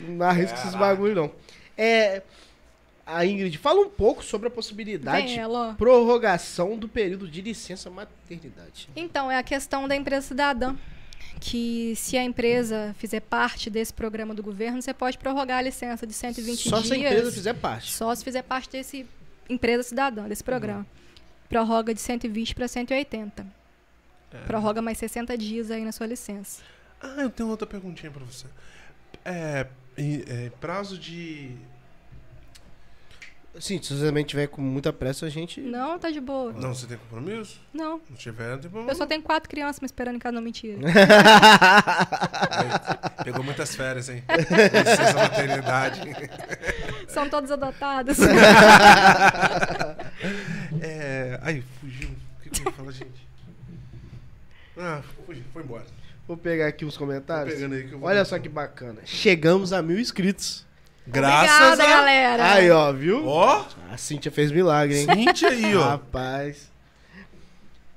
Não arrisco esses bagulho, não. É. A Ingrid, fala um pouco sobre a possibilidade Vem de ela, ó. prorrogação do período de licença maternidade. Então, é a questão da empresa cidadã. Que se a empresa fizer parte desse programa do governo, você pode prorrogar a licença de 120 Só dias. se a empresa fizer parte. Só se fizer parte desse empresa cidadã, desse programa. Prorroga de 120 para 180. Prorroga mais 60 dias aí na sua licença. Ah, eu tenho outra perguntinha pra você. É, e- é, prazo de. Sim, se você também tiver com muita pressa, a gente. [LAUGHS] Não, tá de boa. Não, você tem compromisso? Não. Não tiver, não tem problema. Eu só tenho quatro crianças me esperando em casa, não mentira. Aí, Pegou muitas férias, hein? Licença maternidade. São todas adotadas. É... Ai, fugiu. O que que eu ia falar, gente? Ah, fugiu. Foi embora. Vou pegar aqui os comentários. Tô pegando aí que eu vou- Olha só que bacana. Chegamos a mil inscritos. Graças Obrigada, a... galera. Aí, ó, viu? Ó, A Cintia fez milagre, hein? gente aí, Ah. ó. Rapaz.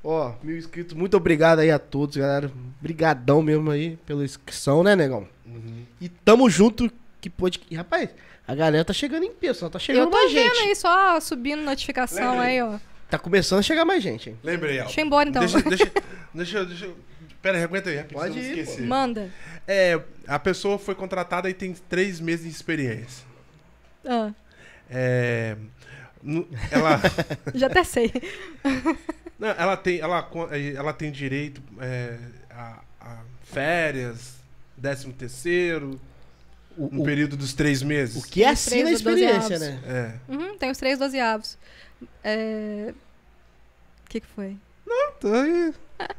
Ó, mil inscritos. Muito obrigado aí a todos, galera. Obrigadão mesmo aí pela inscrição, né, negão? Uhum. E tamo junto. Que pode. Ih, Rapaz, a galera tá chegando em peso, tá Eu chegando tô mais vendo gente. aí só subindo notificação Lembra aí. aí, ó. Tá começando a chegar mais gente, hein? Lembrei, ó. Deixa eu ir embora então. Deixa, deixa, deixa, eu- deixa eu... Pera aí, aguenta aí. Rapidinho, Pode senão eu ir, esqueci. Manda. É, a pessoa foi contratada e tem três meses de experiência. Ah, É... nu- Ela... já até sei. [LAUGHS] Não, ela tem, ela, co- ela tem direito é, a, a férias, décimo terceiro, O, no o- período dos três meses. o que é De assim na três a doze experiência, avos. né? É. Uhum, tem os três dozeavos. É... O que, que foi? O [LAUGHS]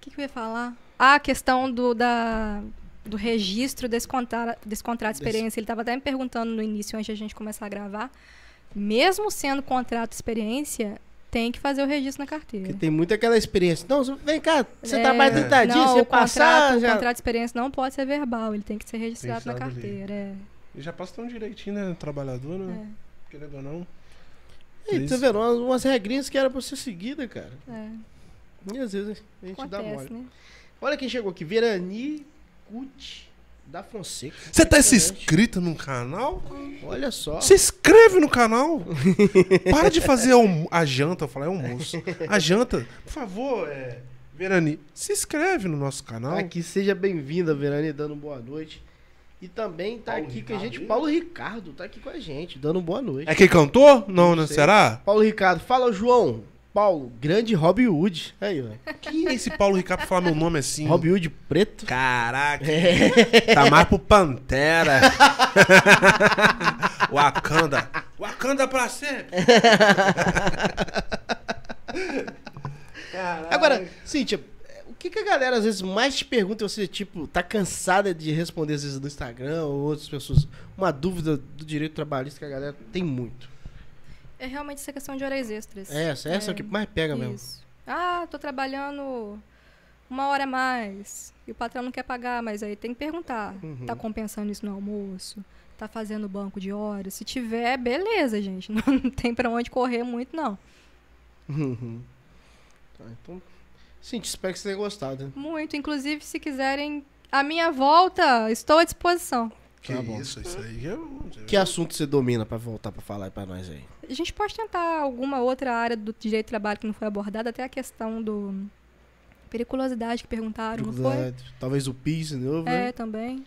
que, que eu ia falar? Ah, a questão do, da, do registro desse, contar, desse contrato de Desse- experiência. Ele estava até me perguntando no início, antes de a gente começar a gravar. Mesmo sendo contrato de experiência, tem que fazer o registro na carteira. Porque tem muito aquela experiência. Não, vem cá, você É, trabalha 30 dias, não, você o contrato, passar. o Já... contrato de experiência não pode ser verbal, ele tem que ser registrado na Registrado ali. carteira. é. E já passa tão direitinho, né? Trabalhador, né? Querendo ou não. Ei, tá vendo? Umas, umas regrinhas que era pra ser seguida, cara. É, E às vezes a gente dá mole. acontece, né? Olha quem chegou aqui, Verani Gucci da Fonseca. Você tá se inscrito no canal? Olha só. Se inscreve no [LAUGHS] canal. Para de fazer almo- a janta, eu falei é almoço. A janta, por favor, é, Verani, se inscreve no nosso canal. Aqui, seja bem-vinda, Verani, dando boa noite. E também tá Paulo aqui com a gente, Ricardo. Paulo Ricardo, tá aqui com a gente, dando boa noite. É quem cantou? Não, né? sei. Será? Paulo Ricardo, fala, João. Paulo, grande Robin Hood. Aí, ó. Quem é esse Paulo Ricardo pra falar meu nome assim? Robin Hood preto. Caraca, É. tá mais pro Pantera. [LAUGHS] Wakanda. Wakanda pra sempre. Caraca. Agora, Cíntia, o que, que a galera às vezes mais te pergunta e você, tipo, tá cansada de responder às vezes no Instagram ou outras pessoas? Uma dúvida do direito trabalhista que a galera tem muito. É realmente essa questão de horas extras. Essa, essa é, o que mais pega mesmo. Isso. Ah, tô trabalhando uma hora a mais. E o patrão não quer pagar, mas aí tem que perguntar. Uhum. Tá compensando isso no almoço? Tá fazendo banco de horas? Se tiver, beleza, gente. [LAUGHS] Não, tem pra onde correr muito, não. Uhum. Tá, então, Cíntia, espero que você tenha gostado. né? Muito. Inclusive, se quiserem a minha volta, estou à disposição. Que Tá bom. isso, isso aí é um- Que assunto você domina pra voltar pra falar aí pra nós aí? A gente pode tentar alguma outra área do direito do trabalho que não foi abordada, até a questão do periculosidade que perguntaram, não foi? Talvez o PIS de novo, É, né? também.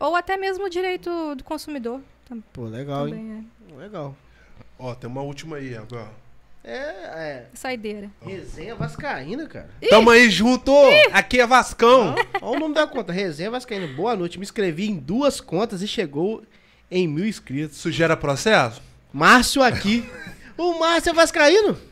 Ou até mesmo o direito do consumidor. tam- Pô, legal, hein? Também é. Legal. Ó, tem uma última aí agora. É, é. é. Saideira. Resenha Vascaína, cara. Tamo aí junto! Aqui é Vascão. Olha o nome da conta, Resenha Vascaína. Boa noite, me inscrevi em duas contas e chegou em mil inscritos. Sugera processo? Márcio aqui. o Márcio é Vascaíno?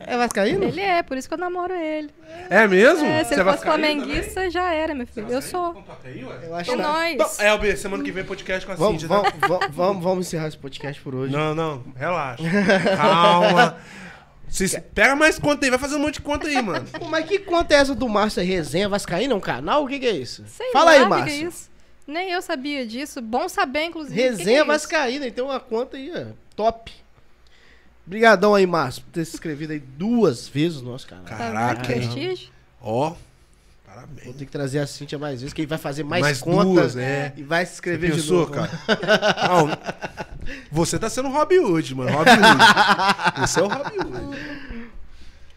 É Vascaíno? Ele é, por isso que eu namoro ele. É mesmo? É, se ele fosse vascaíno flamenguista, já era, meu filho. Eu sou. também? Eu É acho que. nóis. Então, Elber, semana que vem podcast com a Vamos, Cindy, tá? vamos, vamos, vamos, vamos encerrar esse podcast por hoje. Não, não, [LAUGHS] relaxa. Calma. Vocês pega mais conta aí, vai fazer um monte de conta aí, mano. Pô, mas que conta é essa do Márcio? É Resenha Vascaína? É um canal? O que, que é isso? Sei Fala lá aí, o que que é Márcio. isso. Nem eu sabia disso. Bom saber, inclusive. o que que Resenha é isso? Vascaína, então uma conta aí, ó, top. Obrigadão aí, Márcio, por ter se inscrevendo aí duas vezes no nosso canal. Cara, Tá vendo? Caraca, Prestígio. Ó, Vou parabéns. ter que trazer a Cintia mais vezes, que ele vai fazer mais, Mais contas duas, é. e vai se Você inscrever de pensou, novo. né? cara? Não, você tá sendo Robin Hood, mano. Robin Hood. Você é o Robin Hood.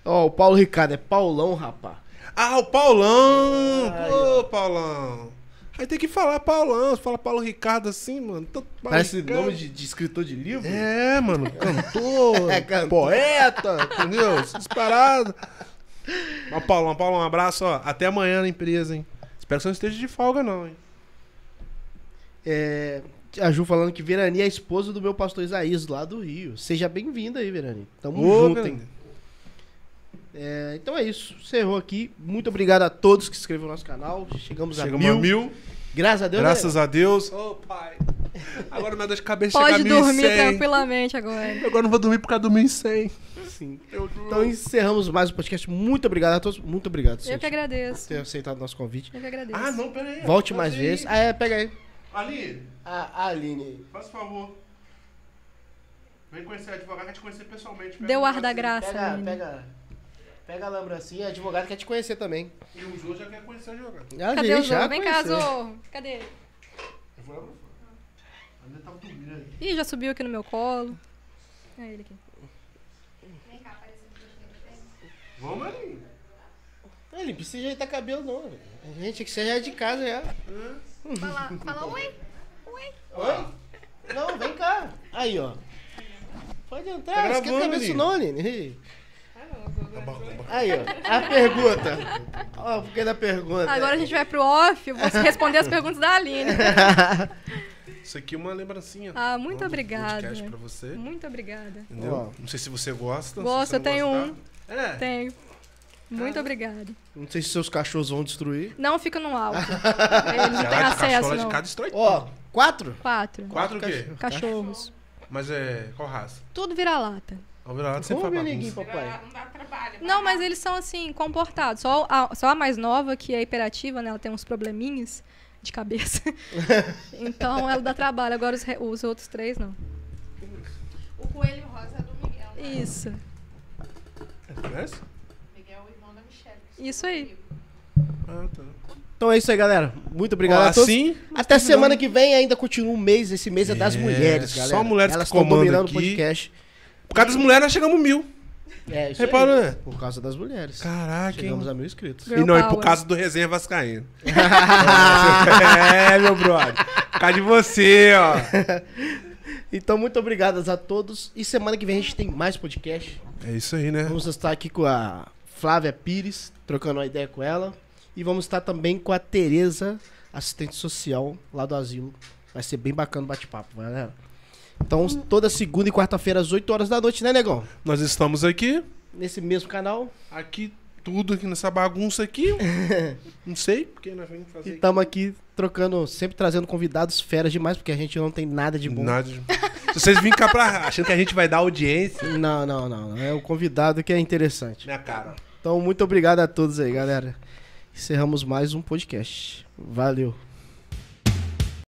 Ó, o Paulo Ricardo é Paulão, rapá. Ah, o Paulão! Ai, Pô, Paulão. Aí tem que falar Paulão. Você fala Paulo Ricardo assim, mano. Tô- Paulo Parece Ricardo. nome de, de escritor de livro. É, mano. Cantor, [LAUGHS] É, cantor. poeta, entendeu? Essas paradas. Mas, Paulão, Paulão, um abraço, ó. Até amanhã na empresa, hein? Espero que você não esteja de folga, não, hein? É, A Ju falando que Verani é a esposa do meu pastor Isaías, lá do Rio. Seja bem-vinda aí, Verani. Tamo Ô, junto, hein? Verani. É, então é isso. Encerrou aqui. Muito obrigado a todos que se inscreveram no nosso canal. Chegamos, Chegamos a, mil. a mil. Graças a Deus. né? Graças a Deus. Ô, pai. Agora minha dor de cabeça Pode chega a dormir 1.100. tranquilamente agora. Agora eu não vou dormir por causa do 1.100. né? Sim. Eu juro. Então encerramos mais o podcast. Muito obrigado a todos. Muito obrigado, Eu que Santos, por agradeço. ter aceitado o nosso convite. Eu que agradeço. Ah, não, pera aí. Volte Faz mais aí. vezes. Ah, é, pega aí. Ali, A Aline. faz favor. Vem conhecer a advogada, quer te conhecer pessoalmente. Pega Deu um ar da negocinho. graça, Pega, menino. pega. Pega a lembrancinha. Advogado quer te conhecer também. E o Jô já quer conhecer a advogada. Ah, Cadê ele o Zorro? Vem cá, conheceu. Zorro. Cadê? Eu vou lá pra fora. Ainda tá tava dormindo ali. Ih, já subiu aqui no meu colo. É ele aqui. Vamos ali. Ele não precisa ajeitar cabelo, não. velho. A gente que seja de casa já. Fala, fala oi. Oi? Não, vem cá. Aí, ó. Pode entrar, Tá esquenta a gravando, cabeça Aline. não, Aline. Tá Aí, ó. A pergunta. Ó, o porquê da pergunta. Agora a gente vai pro off. Eu vou responder as perguntas da Aline. Isso aqui é uma lembrancinha. Ah, muito do obrigada. podcast pra você. Muito obrigada. Entendeu? Ó. Não sei se você gosta. Gosto, se você eu tenho um. um. É. Tenho. Muito obrigada. Não sei se seus cachorros vão destruir. Não fica no alto. Eles não têm Caralho, acesso, cachola tá, de cá não. destrói Ó, quatro? Quatro. Quatro o quê? Cachorros. Mas é. Qual raça? Tudo vira-lata. O vira-lata sempre Ô, faz meu neguinho, bagunça. papai. Não, mas eles são assim, comportados. Só a, só a mais nova, que é hiperativa, né? Ela tem uns probleminhas de cabeça. então ela dá trabalho. Agora os, re- os outros três, não. O coelho rosa é do Miguel. né? Isso. Conhece? Miguel é o irmão da Michelle. Isso aí. Ah, tá. Então é isso aí, galera. Muito obrigado a todos. Assim, Até semana que vem ainda continua um mês. Esse mês é das É, mulheres, só galera. mulheres que Elas tão comandam dominando o aqui. podcast. por causa das mulheres, nós chegamos a mil. É, isso Reparou, aí. né? Por causa das mulheres. Caraca, hein? Chegamos a mil inscritos. Girl E não, e por power. causa do [LAUGHS] resenha vascaíno. é, meu brother. Por causa de você, ó. [LAUGHS] Então, muito obrigado a todos. E semana que vem a gente tem mais podcast. É isso aí, né? Vamos estar aqui com a Flávia Pires, trocando uma ideia com ela. E vamos estar também com a Tereza, assistente social lá do asilo. Vai ser bem bacana o bate-papo, galera. Então, toda segunda e quarta-feira, às 8 horas da noite, né, negão? Nós estamos aqui. Nesse mesmo canal. Aqui, tudo aqui nessa bagunça aqui. [LAUGHS] Não sei, porque nós vamos E fazer aqui. estamos aqui trocando, sempre trazendo convidados feras demais, porque a gente não tem nada de bom. Nada de... Se vocês virem cá pra... achando que a gente vai dar audiência... Não, não, não, não. É o convidado que é interessante. Minha cara. Então, muito obrigado a todos aí, galera. Encerramos mais um podcast. Valeu.